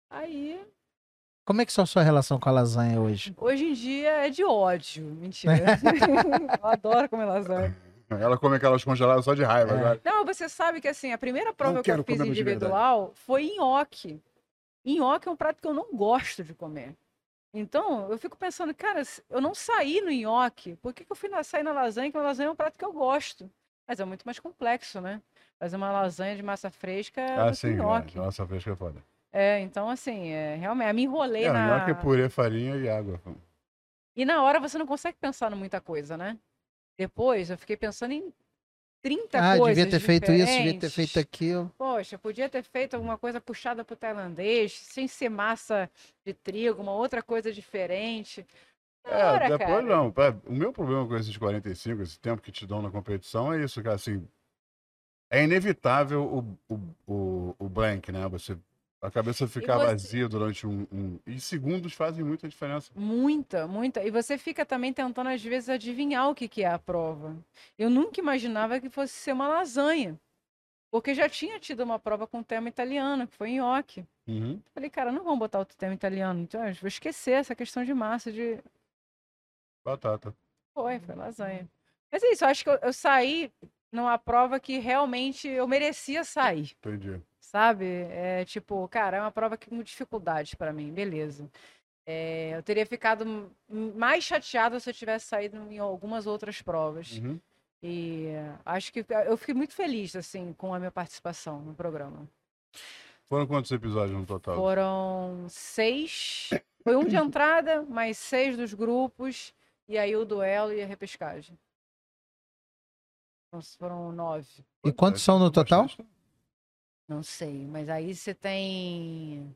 Aí
Como é que é a sua relação com a lasanha hoje?
Hoje em dia é de ódio. Mentira. eu adoro comer lasanha.
Ela come aquelas congeladas só de raiva
É.
agora.
Não, você sabe que assim, a primeira prova que
quero
eu fiz
comer de verdade.
individual foi nhoque. Nhoque é um prato que eu não gosto de comer. Então, eu fico pensando, cara, se eu não saí no nhoque, por que, que eu fui na, sair na lasanha? Porque a lasanha é um prato que eu gosto. Mas é muito mais complexo, né? Fazer uma lasanha de massa fresca
Ah,
do que
sim.
nhoque.
é. Nossa, fresca é foda.
É, então assim, é, realmente, eu me enrolei
É,
na...
nhoque é purê, farinha e água.
E na hora você não consegue pensar em muita coisa, né? Depois eu fiquei pensando em 30
ah,
coisas
devia ter feito isso, devia ter
diferentes.
feito aquilo.
Poxa, podia ter feito alguma coisa puxada para o tailandês, sem ser massa de trigo, uma outra coisa diferente. Na
É,
hora,
depois
cara.
não. pá, O meu problema com esses 45, esse tempo que te dão na competição, é isso, cara. Assim, é inevitável o, o, o, o blank, né? Você, a cabeça ficar
você-
vazia durante um, um- E segundos fazem muita diferença.
Muita, muita. E você fica também tentando, às vezes, adivinhar o que, que é a prova. Eu nunca imaginava que fosse ser uma lasanha. Porque já tinha tido uma prova com tema italiano, que foi nhoque.
Uhum.
Falei, cara, não vão botar outro tema italiano. Então, eu vou esquecer essa questão de massa, de,
Batata.
Foi, foi lasanha. Mas é isso, eu acho que eu, eu saí numa prova que realmente eu merecia sair,
Entendi.
sabe? É tipo, cara, é uma prova que com dificuldade pra mim, beleza. É, eu teria ficado m- mais chateada se eu tivesse saído em algumas outras provas.
Uhum.
E é, acho que eu fiquei muito feliz, assim, com a minha participação no programa.
Foram quantos episódios no total?
Foram seis, foi um de entrada, mais seis dos grupos, e aí o duelo e a repescagem. Então, foram nove.
E quantos são no total?
Bastante.
Não sei, mas aí você tem.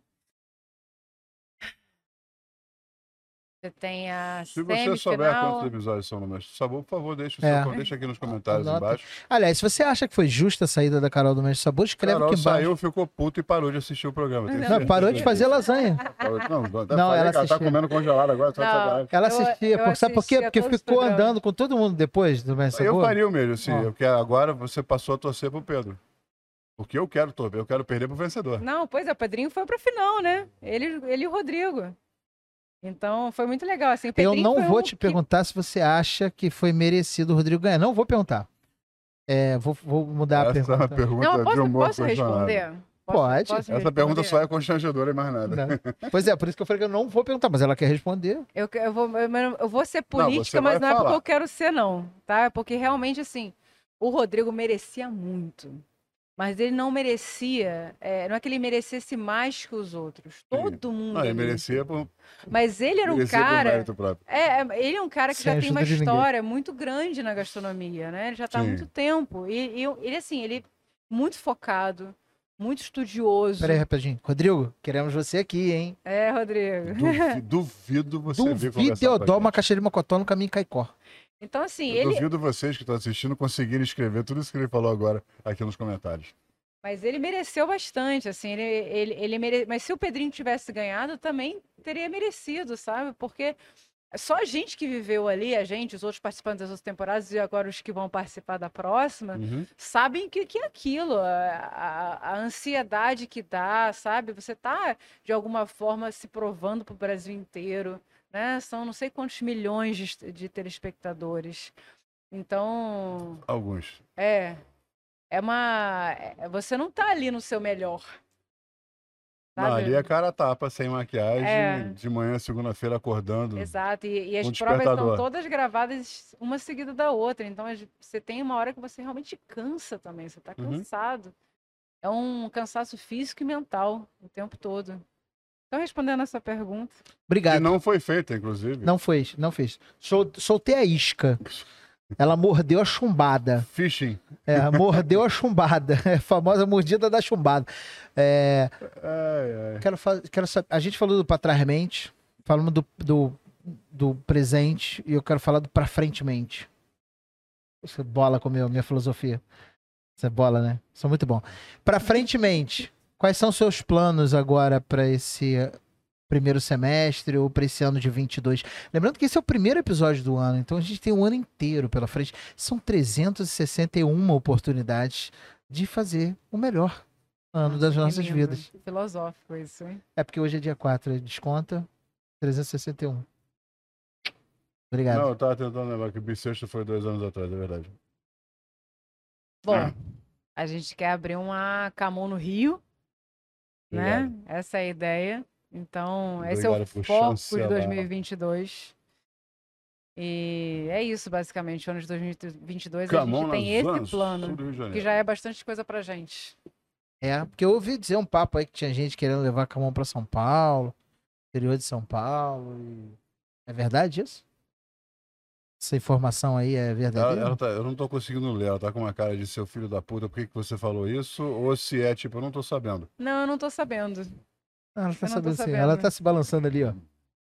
Você tem a
Se você souber quantos
semifinal.
episódios são no Mestre do Sabor, por favor, deixa, o
É.
seu, deixa aqui nos comentários
Anota.
embaixo.
Aliás, se você acha que foi justa a saída da Carol do Mestre Sabor, escreve
Carol
aqui embaixo.
saiu, né? ficou puto e parou de assistir o programa. tenho
Não,
Não,
certeza
parou de
disso.
fazer lasanha.
Não, não,
Não,
ela,
ela
ela tá
assistia.
comendo congelado agora, só de
Não.
sacanagem.
Ela
Eu-
assistia,
eu
porque, sabe por quê?
assistia
Porque
todos os
ficou
programas.
andando com todo mundo depois do Mestre
Eu
Sabor.
faria o mesmo, sim.
Ó.
Porque agora você passou a torcer pro Pedro. Porque eu quero torcer, eu quero perder pro vencedor.
Não, pois é, o Pedrinho foi pra final, né? Ele, ele e o Rodrigo. Então foi muito legal. Assim, o
Eu
Pedrinho
não
foi
vou
um
te
que-
perguntar se você acha que foi merecido o Rodrigo ganhar. Não vou perguntar. É, vou, vou mudar a
Essa é uma
pergunta.
pergunta
Não, eu
de
posso,
humor
posso
condicionado.
responder? Posso-
Pode.
posso
Essa pergunta
responder?
só é constrangedora e mais nada.
Não. Pois é, por isso que eu falei que eu não vou perguntar, mas ela quer responder.
Eu, que- eu, vou, eu, não- eu vou ser
você
política,
vai
mas não é porque
falar.
eu quero ser, não, tá? É Porque realmente, assim, o Rodrigo merecia muito. Mas ele não merecia. é, não é que ele merecesse mais que os outros. Todo mundo.
Não, ele
ali.
merecia por,
Mas ele era um
merecia por
cara.
mérito próprio.
É, é, ele é um cara que
Sem
já tem uma
ajuda de ninguém.
história muito grande na gastronomia, né? Ele já está há
Sim.
muito tempo. E, e eu- ele, assim, ele é muito focado, muito estudioso.
Peraí, rapidinho. Rodrigo, queremos você aqui, hein?
É, Rodrigo.
Duvi- Duvido você vir
Duvido
conversar
eu
com a
dou uma
gente.
caixinha de mocotó no caminho Caicó.
Então, assim,
Eu
ele.
duvido vocês que estão assistindo conseguirem escrever tudo isso que ele falou agora aqui nos comentários.
Mas ele mereceu bastante, assim, ele, ele, ele mere... mas se o Pedrinho tivesse ganhado, também teria merecido, sabe? Porque só a gente que viveu ali, a gente, os outros participantes das outras temporadas e agora os que vão participar da próxima, sabem o que, que é aquilo, a, a- a ansiedade que dá, sabe? Você tá, de alguma forma, se provando pro Brasil inteiro, né? São não sei quantos milhões de, est- de telespectadores. Então,
Alguns.
é. É uma. é- Você não tá ali no seu melhor.
Não,
sabe?
ali é cara a tapa, sem maquiagem,
Tá É.
de manhã, segunda-feira, acordando.
Exato. E, e as
um
provas
despertador.
estão todas gravadas uma seguida da outra. Então as- você tem uma hora que você realmente cansa também. Você tá
Uhum.
cansado. É um cansaço físico e mental o tempo todo. Então, respondendo a sua pergunta.
E
Obrigado.
não foi feita, inclusive.
Não fez, não fez. Sol- soltei a isca. Ela mordeu a chumbada.
Fishing.
É, mordeu a chumbada. É a famosa mordida da chumbada. É,
Ai, ai.
quero, fa- quero saber. A gente falou do pra trás mente, falamos do, do, do presente e eu quero falar do pra frente mente. Você bola com meu, minha filosofia. Você bola, né? Sou muito bom. Pra frente mente, quais são seus planos agora pra esse primeiro semestre ou pra esse ano de 22? Lembrando que esse é o primeiro episódio do ano, então a gente tem um ano inteiro pela frente. São 361 oportunidades de fazer o melhor ano das nossas vidas.
Que filosófico isso, hein?
É porque hoje é dia 4, ele desconta 361. Obrigado.
Não, eu tava tentando lembrar que o bissexto foi dois anos atrás, é verdade.
Bom,
Ah.
a gente quer abrir uma Camon no Rio,
Obrigado.
né? Essa é a ideia. Então, esse é o
Obrigado por
foco de
chancelar.
2022. E é isso, basicamente. O ano de 2022 a gente tem esse
nas vans, sul
plano,
do Rio de Janeiro.
que já é bastante coisa pra gente.
É, porque eu ouvi dizer um papo aí que tinha gente querendo levar Camon pra São Paulo, interior de São Paulo. e- É verdade isso? Essa informação aí é
Ela-
verdadeira?
ela tá- eu não tô conseguindo ler, ela tá com uma cara de seu filho da puta, por que, que você falou isso? Ou se é, tipo, eu não tô sabendo.
Não, eu não tô sabendo.
Ah, Ela tá
Eu não tô
sabendo, sim.
sabendo. né?
Ela tá se balançando ali, ó.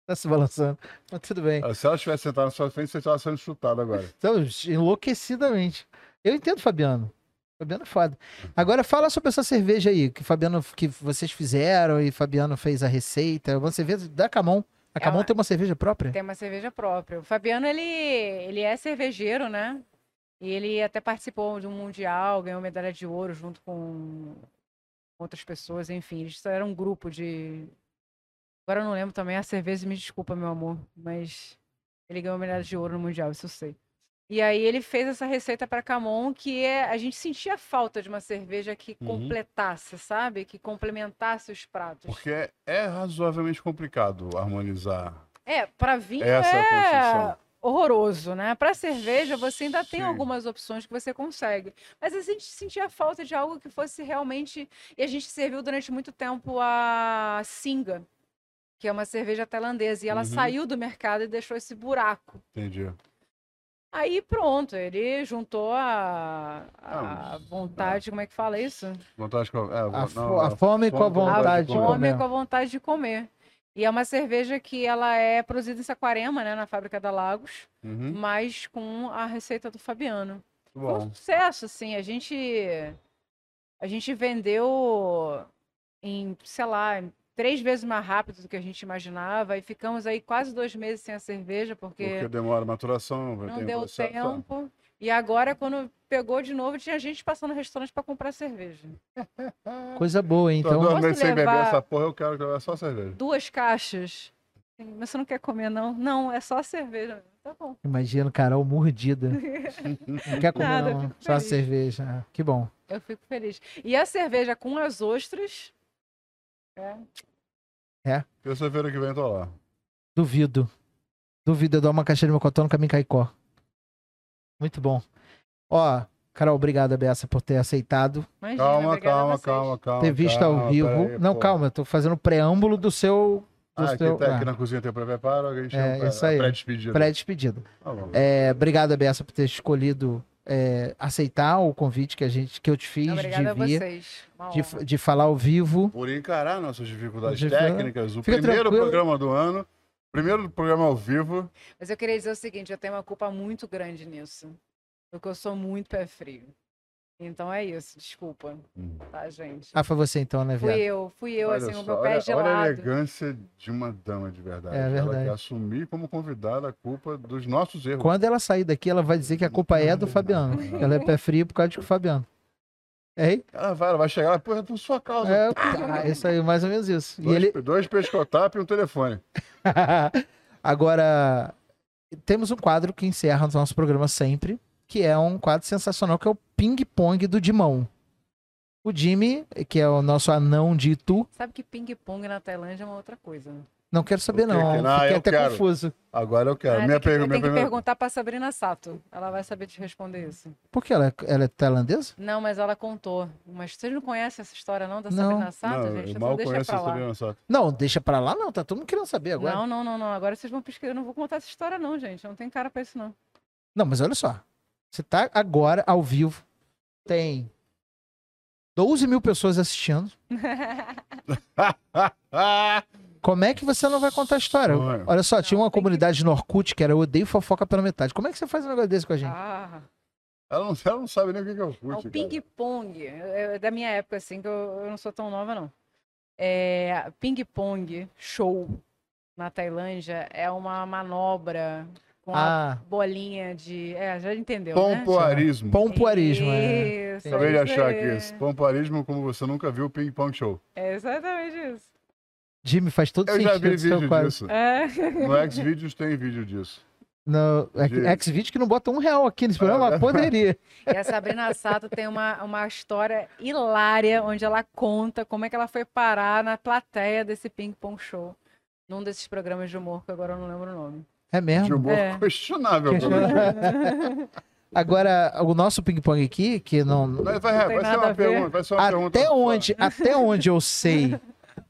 Tá se balançando. Mas tudo bem.
Ah, Se ela estivesse sentada na sua frente, você estava sendo chutado agora.
Então, enlouquecidamente. Eu entendo, Fabiano. Fabiano é foda. Agora fala sobre essa cerveja aí, que Fabiano que vocês fizeram e Fabiano fez a receita. Uma cerveja da Camon. A
É
Camon
uma-
tem uma cerveja própria?
Tem uma cerveja própria. O Fabiano, ele, ele é cervejeiro, né? E ele até participou de um mundial, ganhou medalha de ouro junto com outras pessoas, enfim. Eles era um grupo de. Agora eu não lembro também a cerveja, me desculpa, meu amor, mas ele ganhou medalha de ouro no mundial, isso eu sei. E aí ele fez essa receita para Camon, que é a gente sentia falta de uma cerveja que
Uhum.
completasse, sabe? Que complementasse os pratos.
Porque é, é razoavelmente complicado harmonizar
É, para vinho
essa
é
construção.
horroroso, né? Para cerveja, você ainda tem
Sim.
algumas opções que você consegue. Mas a gente sentia falta de algo que fosse realmente. E a gente serviu durante muito tempo a Singa, que é uma cerveja tailandesa. E ela
Uhum.
saiu do mercado e deixou esse buraco.
Entendi.
Aí pronto, ele juntou a, a
Ah, os-
vontade, como é que fala isso?
Vontade de... co- É,
A,
vo-
fo-
não,
a
a-
fome com a
fome com a
vontade de
vontade de né?
comer.
fome com a vontade de comer. E é uma cerveja que ela é produzida em Saquarema, né, na fábrica da Lagos
Uhum,
mas com a receita do Fabiano.
muito
Foi
bom.
um sucesso, assim. A gente, a gente vendeu em, sei lá, em três vezes mais rápido do que a gente imaginava e ficamos aí quase dois meses sem a cerveja
Porque
porque,
demora a maturação, vai ter
não deu
processo, tá.
tempo. E agora, quando pegou de novo, tinha gente passando no restaurante para comprar cerveja.
Coisa boa, hein?
Tô
Então,
dois meses sem beber
levar-
essa porra, eu quero jogar só cerveja.
Duas caixas. Assim, Mas você não quer comer, não? Não, é só cerveja. Tá bom.
imagina, Carol mordida. Não quer comer,
Nada, eu
não.
fico
Só a
feliz.
cerveja. Ah, Que bom.
Eu fico feliz. E a cerveja com as ostras. É,
Terça-feira que vem tô lá.
Duvido. Duvido eu dar uma caixinha de mocotó no caminho Caicó. Muito bom. Ó, Carol, obrigado, Beça, por ter aceitado.
imagina,
Calma,
obrigada a
calma,
vocês.
calma, calma.
ter visto
calma,
ao vivo.
peraí,
não,
pô.
calma, eu tô fazendo o preâmbulo do seu. Do
Ah, aqui,
seu
tá,
ah,
aqui na cozinha tem o pré-preparo, a gente
É,
chama
isso aí.
pré-despedida.
pré-despedida.
Tá bom.
É, obrigado, Abessa, por ter escolhido é, aceitar o convite que, a gente, que eu te fiz
Obrigada a então.
de vir,
vocês. Uma
de,
honra.
f- de falar ao vivo.
Por encarar nossas dificuldades
Dificu-
técnicas, o
Fica
primeiro
tranquilo.
programa do ano, primeiro programa ao vivo.
Mas eu queria dizer o seguinte, eu tenho uma culpa muito grande nisso. Porque eu sou muito pé frio. Então é isso, desculpa, tá, gente?
Ah, foi você então, né,
Fui
viado?
eu, fui eu,
Olha
assim, o
só,
meu
olha-
pé é
olha, a
gelado.
elegância de uma dama de verdade.
É
Ela
verdade.
quer assumir como convidada a culpa dos nossos erros.
Quando ela sair daqui, ela vai dizer que a culpa é do Fabiano. que Ela é pé frio por causa do Fabiano. Ei?
Ela vai, ela vai chegar, ela, porra, é por sua causa.
É, tá, isso aí, mais ou menos isso. E
Dois,
ele,
dois pescotapos e um telefone.
Agora, temos um quadro que encerra o nosso programa sempre, que é um quadro sensacional, que é o ping-pong do Dimão. O Jimmy, que é o nosso anão de Itu,
Sabe que ping-pong na Tailândia é uma outra coisa. né?
não quero saber
O que
não,
que- Ah,
fiquei
eu
até
quero.
confuso.
Agora eu quero.
Ah,
É, minha
tem que,
pergunta. minha
tem que
pergunta-
perguntar pra Sabrina Sato. Ela vai saber te responder isso.
Por que ela, é- ela é tailandesa?
Não, mas ela contou. Mas vocês não conhecem essa história, não, da
Não.
Sabrina Sato,
Não,
gente?
eu
Então
mal
deixa
conheço
pra
a
lá.
Sabrina Sato.
Não, deixa pra lá não, tá todo mundo querendo saber agora. Não,
Não, não, não, não. Agora vocês vão pesquisar. Eu não vou contar essa história, não, gente. Eu não tenho cara pra isso, não.
mas olha só, você tá agora ao vivo, tem 12 mil pessoas assistindo,
Ah!
como é que você não vai contar a história?
Sonho.
Olha só, tinha uma
tem que-
comunidade no Orkut que era eu odeio fofoca pela metade. Como é que você faz um negócio desse com a gente?
Ah.
Ela não, ela não sabe nem o que que eu
Ah,
curto.
o
cara.
ping-pong, é é da minha época, assim, que eu, eu não sou tão nova, não. É, ping-pong show na Tailândia é uma manobra com a
Ah,
bolinha de. É, já entendeu. Né?
Pompoarismo.
pompoarismo. é.
Isso,
Acabei de
é
achar
isso
aqui.
aí.
Esse Pompoarismo como você nunca viu o Ping Pong Show.
É exatamente isso.
Jimmy, faz todo
Eu
sentido.
já vi
seu
vídeo
quadro.
disso.
É.
No Xvideos tem vídeo disso.
No
Gente. É.
X- Xvideos que não bota um real aqui nesse programa, mas poderia.
E a Sabrina Sato tem uma, uma história hilária onde ela conta como é que ela foi parar na plateia desse Ping Pong Show. Num desses programas de humor, que agora eu não lembro o nome.
É
De
mesmo.
humor
É.
questionável.
Agora, o nosso ping-pong aqui, que não.
Vai, vai, vai
tem
ser
nada a
uma
ver.
pergunta. Vai ser uma pergunta.
Até onde, até onde eu sei,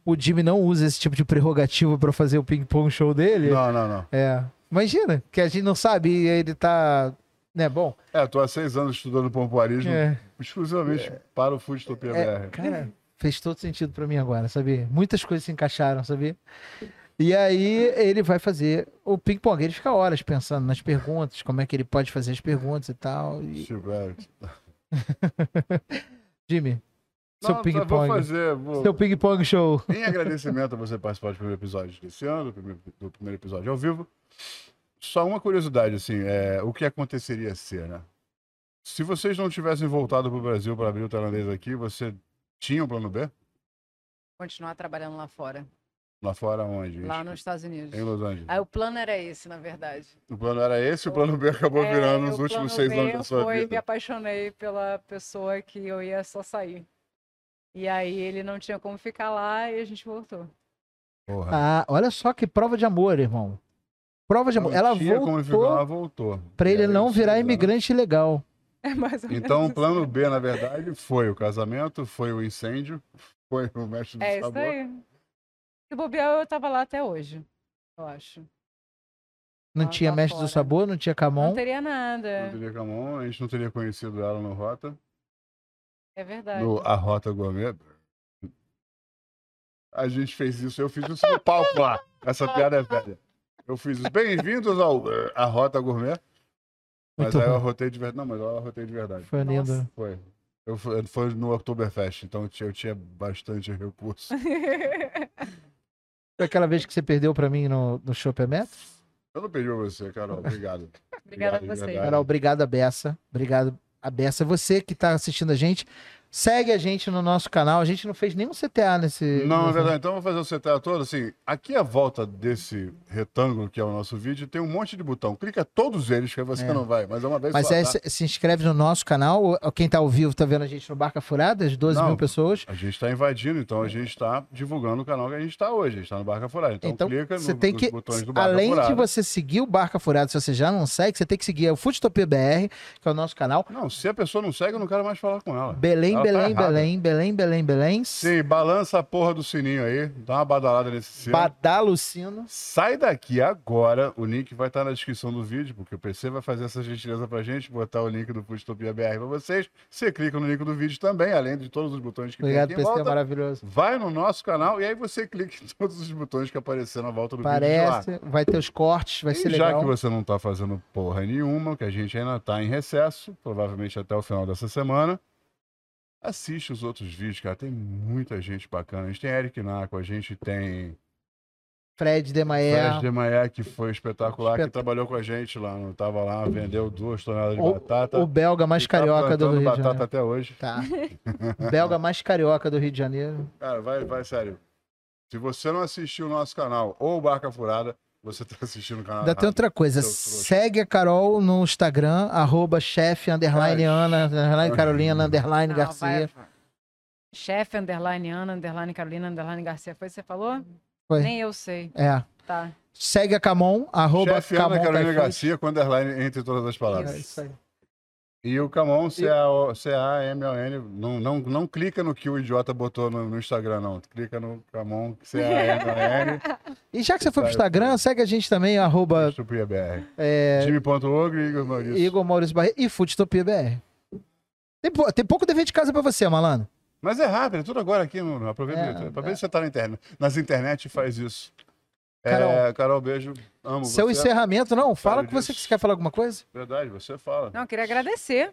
o Jimmy não usa esse tipo de prerrogativa pra fazer o ping-pong show dele.
Não, não, não.
É. Imagina, que a gente não sabe e ele tá. Né, bom?
É, tô há seis anos estudando pompoarismo
É.
exclusivamente para o Futopia BR.
Cara, fez todo sentido pra mim agora, sabia? Muitas coisas se encaixaram, sabia? E aí ele vai fazer o ping-pong. Ele fica horas pensando nas perguntas, como é que ele pode fazer as perguntas e tal. E...
Tipo, é.
Jimmy,
Não,
seu
tá, Vou
ping-pong.
fazer. Vou...
Seu ping-pong show.
Em agradecimento a você participar do primeiro episódio desse ano, do primeiro, do primeiro episódio ao vivo. Só uma curiosidade, assim, é, o que aconteceria se, né? Se vocês não tivessem voltado para o Brasil para abrir o tailandês aqui, você tinha um plano B?
Continuar trabalhando lá fora,
Lá fora onde?
lá Ah. nos Estados Unidos.
Em Los Angeles.
Aí o plano era esse, na verdade.
O plano era esse, o plano B acabou
É,
virando
e
nos
o
últimos seis
plano B
anos da sua
foi, Me
vida.
apaixonei pela pessoa que eu ia só sair. E aí ele não tinha como ficar lá e a gente voltou.
Porra.
Ah, olha só que prova de amor, irmão. Prova de amor.
Não
Ela
tinha como ficar, ela
voltou
voltou.
pra
E
ele
aí,
não
seis
virar
anos.
imigrante ilegal.
É mais ou menos
Então, o
isso.
plano B, na verdade, foi o casamento, foi o incêndio, foi o mestre do
É isso
sabor.
aí. Se bobear, eu tava lá até hoje, eu acho.
Tá Não
Lá-
tinha
lá
mestre do
Ah, tá fora.
sabor, não tinha
Não
camon.
teria
Não
nada.
teria Camon, a gente não teria conhecido ela no Rota,
É verdade.
no A Rota Gourmet. A gente fez isso, eu fiz isso no palco lá. Essa piada é velha. Eu fiz isso. Bem-vindos ao eh, A Rota Gourmet. Mas
Muito
aí eu
bom.
arrotei de verdade. Não, mas eu arrotei de verdade.
Foi
Nossa.
lindo.
Foi. Eu fui, foi no Oktoberfest, então eu tinha- eu tinha bastante recurso.
Foi aquela vez que você perdeu pra mim no, é no Shopping Met?
Eu não pedi pra você, Carol. Obrigado.
Obrigada a
Obrigado, de
vocês.
verdade.
Carol, obrigado a Beça. Obrigado a Beça. Você que tá assistindo a gente, segue a gente no nosso canal. A gente não fez nenhum CTA nesse.
Não, é
nesse-
verdade. Então, eu vou fazer o setup todo. Assim, aqui à volta desse retângulo que é o nosso vídeo, tem um monte de botão. Clica todos eles que aí você
É.
não vai. Mas é uma vez
Mas
só,
aí
tá?
se, se inscreve no nosso canal. ou- Quem tá ao vivo tá vendo a gente no Barca Furada, as 12
Não.
mil pessoas.
A gente está invadindo, então a gente está divulgando o canal que a gente está hoje. A gente está no Barca Furada. Então,
Então,
clica
você
no-
tem
nos
que.
botões do Barca
Além
Furada.
de você seguir o Barca Furada, se você já não segue, você tem que seguir o Futopia BR, que é o nosso canal.
Não, se a pessoa não segue, eu não quero mais falar com ela.
Belém,
Ela tá
Belém,
errada.
Belém, Belém, Belém, Belém.
Sim, balança a porra do sininho aí. Dá uma badalada nesse sino.
Badalo o sino.
Sai daqui agora. O link vai estar na descrição do vídeo, porque o PC vai fazer essa gentileza pra gente, botar o link do Futopia BR pra vocês. Você clica no link do vídeo também, além de todos os botões que
Obrigado,
tem aqui em
PC, é
volta.
maravilhoso.
Vai no nosso canal e aí você clica em todos os botões que apareceram na volta do vídeo. de lá.
Parece, vai ter os cortes, vai ser
E já
legal.
que você não tá fazendo porra nenhuma, que a gente ainda tá em recesso, provavelmente até o final dessa semana, assiste os outros vídeos, cara. Tem muita gente bacana. A gente tem Eric Naco, a gente tem
Fred Demaer.
Fred de Maia, que foi espetacular,
Espet-
que trabalhou com a gente lá, não tava lá, vendeu duas toneladas de
O-
batata.
O belga mais
E tá
carioca do
plantando
Rio de
batata
Janeiro.
até hoje.
Tá. O belga mais carioca do Rio de Janeiro.
Cara, vai, vai, sério. Se você não assistiu o nosso canal ou o Barca Furada, você tá assistindo o canal.
Ainda tem
errado.
outra coisa.
seu trouxa.
Segue a Carol no Instagram, arroba chefe, underline
Ai,
Ana, underline Carolina, underline
Não,
Garcia.
vai- Chefe, underline Ana, underline Carolina, underline Garcia. Foi isso que você falou?
Foi.
Nem eu sei.
É.
Tá.
Segue a Camon, arroba
Chefe
Camon
Ana Carolina
Caifunes.
Garcia, com underline entre todas as palavras.
É isso aí.
E o Camon, C-A-O- C-A-M-O-N, não, não, não clica no que o idiota botou no, no Instagram, não. Clica no Camon, C-A-M-O-N,
E já que você foi pro Instagram, segue a gente também, arroba
SupriaBR.
é,
Jimmy.ogre e Igor Maurício.
Igor Maurício Barreto e Futopia BR. Tem, pou- tem pouco dever de casa pra você, malandro.
Mas é rápido, é tudo agora aqui, mano. Aproveita.
É,
aproveita
é.
que você tá na internet. Nas internet e faz isso.
Carol.
É, Carol, beijo. Amo
Seu
você.
encerramento, não. Fala
Fale
com você que
disso.
você quer falar alguma coisa.
Verdade, você fala.
Não, eu queria agradecer
Pra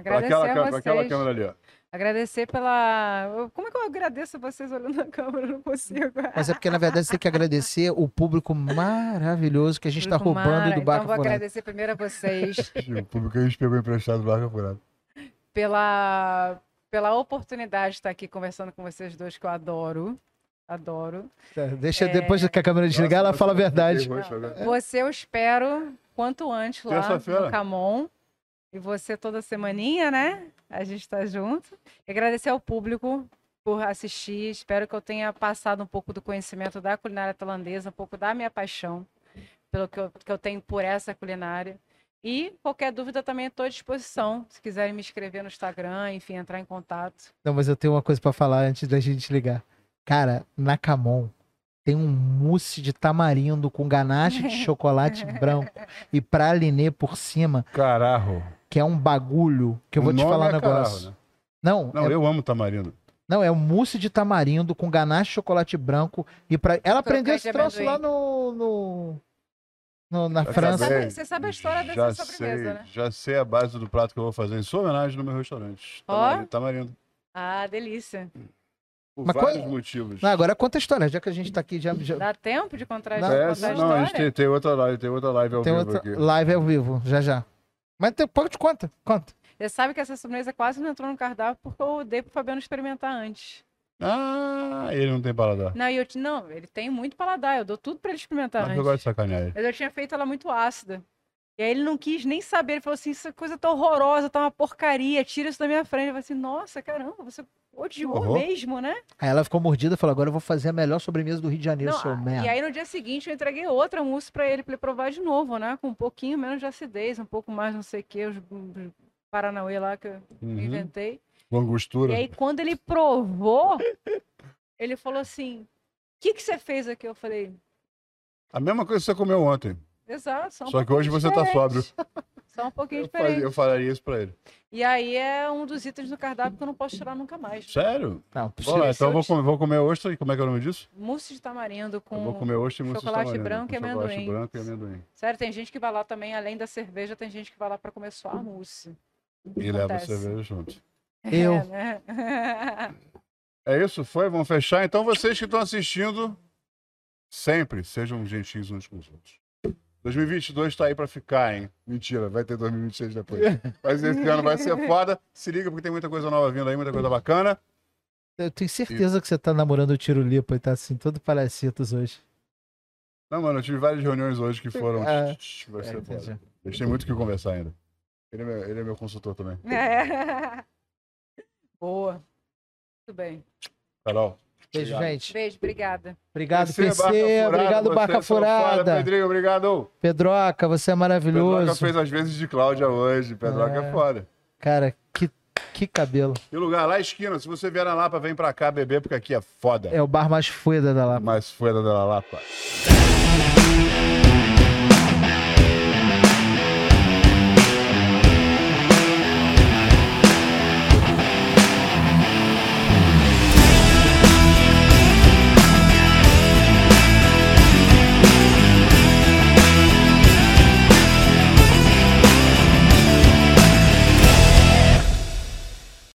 Agradecer
aquela,
a
câmera- pra
vocês.
aquela câmera ali, ó.
Agradecer pela. eu- Como é que eu agradeço a vocês olhando a câmera? Eu não consigo.
Mas é porque, na verdade, você tem que agradecer o público maravilhoso que a gente está
Público
roubando
mara.
do Barco
Então, vou
Furado.
agradecer primeiro a vocês
O público a gente pegou emprestado do Barca Furada.
pela, pela oportunidade de estar aqui conversando com vocês dois, que eu adoro. Adoro.
Tá,
É.
Deixa depois que a câmera desligar, ela fala a verdade.
Você eu espero quanto antes lá
É. Terça-feira.
no Camon. E você toda semaninha, né? A gente tá junto. E agradecer ao público por assistir. Espero que eu tenha passado um pouco do conhecimento da culinária tailandesa, um pouco da minha paixão pelo que eu, que eu tenho por essa culinária. E qualquer dúvida também estou à disposição. Se quiserem me escrever no Instagram, enfim, entrar em contato.
Não, mas eu tenho uma coisa pra falar antes da gente ligar. Cara, na Camon tem um mousse de tamarindo com ganache de chocolate branco e pralinê por cima,
Cararro.
que é um bagulho que eu vou
O
te
nome
falar um
é cararro,
negócio.
né?
Não,
Não,
é,
eu amo tamarindo.
não, é um mousse de tamarindo com ganache de chocolate branco e pra... Ela
Crocante
aprendeu esse
de
troço lá
amendoim.
no, no- no- na
Eu
França.
acabei-
Sabe- você sabe a história dessa
já
sobremesa,
sei,
né?
Já sei a base do prato que eu vou fazer em sua homenagem no meu restaurante.
Ó.
Tamarindo. tamarindo.
Ah, delícia.
Por
Mas
vários
qual-
motivos.
Não, agora conta a história, já que a gente tá aqui, já, já-
Dá tempo de contar,
Não,
de
É,
contar a
se-
história?
não, a gente tem, tem outra live, tem outra live ao
tem
vivo
outra
aqui.
live ao vivo, já já. Mas tem, pode conta, conta.
Você sabe que essa sobremesa quase não entrou no cardápio porque eu dei pro Fabiano experimentar antes.
Ah, ele não tem paladar.
Não, e eu ti- não, ele tem muito paladar, eu dou tudo pra ele experimentar
Mas eu gosto de
antes.
sacanear ele.
Mas eu tinha feito ela muito ácida. E aí ele não quis nem saber, ele falou assim, essa coisa tá horrorosa, tá uma porcaria, tira isso da minha frente. Eu falei assim, nossa, caramba, você odiou
Horror.
mesmo, né?
Aí ela ficou mordida e falou: agora eu vou fazer a melhor sobremesa do Rio de Janeiro,
Não,
seu
a-
merda.
E aí no dia seguinte eu entreguei outra mousse pra ele, pra ele provar de novo, né? Com um pouquinho menos de acidez, um pouco mais não sei o que, os os paranauê lá que eu
Uhum.
inventei.
Com angostura.
E aí, quando ele provou, ele falou assim: O que, que você fez aqui? Eu falei:
A mesma coisa que você comeu ontem.
Exato, só um
Só que hoje
pouquinho
você tá
diferente."
sóbrio.
Só um pouquinho
Eu,
diferente.
faz- eu falaria isso pra ele.
E aí é um dos itens do cardápio que eu não posso tirar nunca mais.
Sério?
Não,
Vamos lá,
precisa-
então eu vou
seu-
comer, vou comer ostra e como é que é o nome disso?
Mousse de tamarindo com.
Eu vou comer ostra e mousse de
chocolate
tamarindo,
branco
com
e
Chocolate
amendoim.
branco e amendoim.
Sério, tem gente que vai lá também, além da cerveja, tem gente que vai lá pra comer só a mousse.
E leva a
Acontece.
cerveja junto.
Eu.
É, né?
É isso, foi? Vamos fechar? Então vocês que estão assistindo, sempre sejam gentis uns com os outros. 2022 tá aí pra ficar, hein? Mentira, vai ter 2026 depois. Mas esse ano vai ser foda. Se liga porque tem muita coisa nova vindo aí, muita coisa bacana.
Eu tenho certeza que você tá namorando o Tiro Lipo e tá assim, todo palacitos hoje.
Não, mano, eu tive várias reuniões hoje que foram.
Ah,
vai
É,
ser foda.
entendi.
Deixei muito o que conversar ainda. Ele é meu, ele é meu consultor também.
É. Boa. Muito bem.
Carol.
Beijo,
obrigado.
gente.
Beijo, obrigada.
Obrigado,
Você, é
PC.
Barca Furada,
obrigado,
você,
Barca
seu fora,
Furada.
Pedrinho, obrigado.
Pedroca, você é
Pedroca
maravilhoso.
fez as vezes de Cláudia hoje. Pedroca é,
É.
foda.
Cara, que, que cabelo.
E o lugar lá, esquina. Se você vier na Lapa, vem pra cá beber, porque aqui é foda.
É o bar mais foda da lá.
Mas foda da Lapa.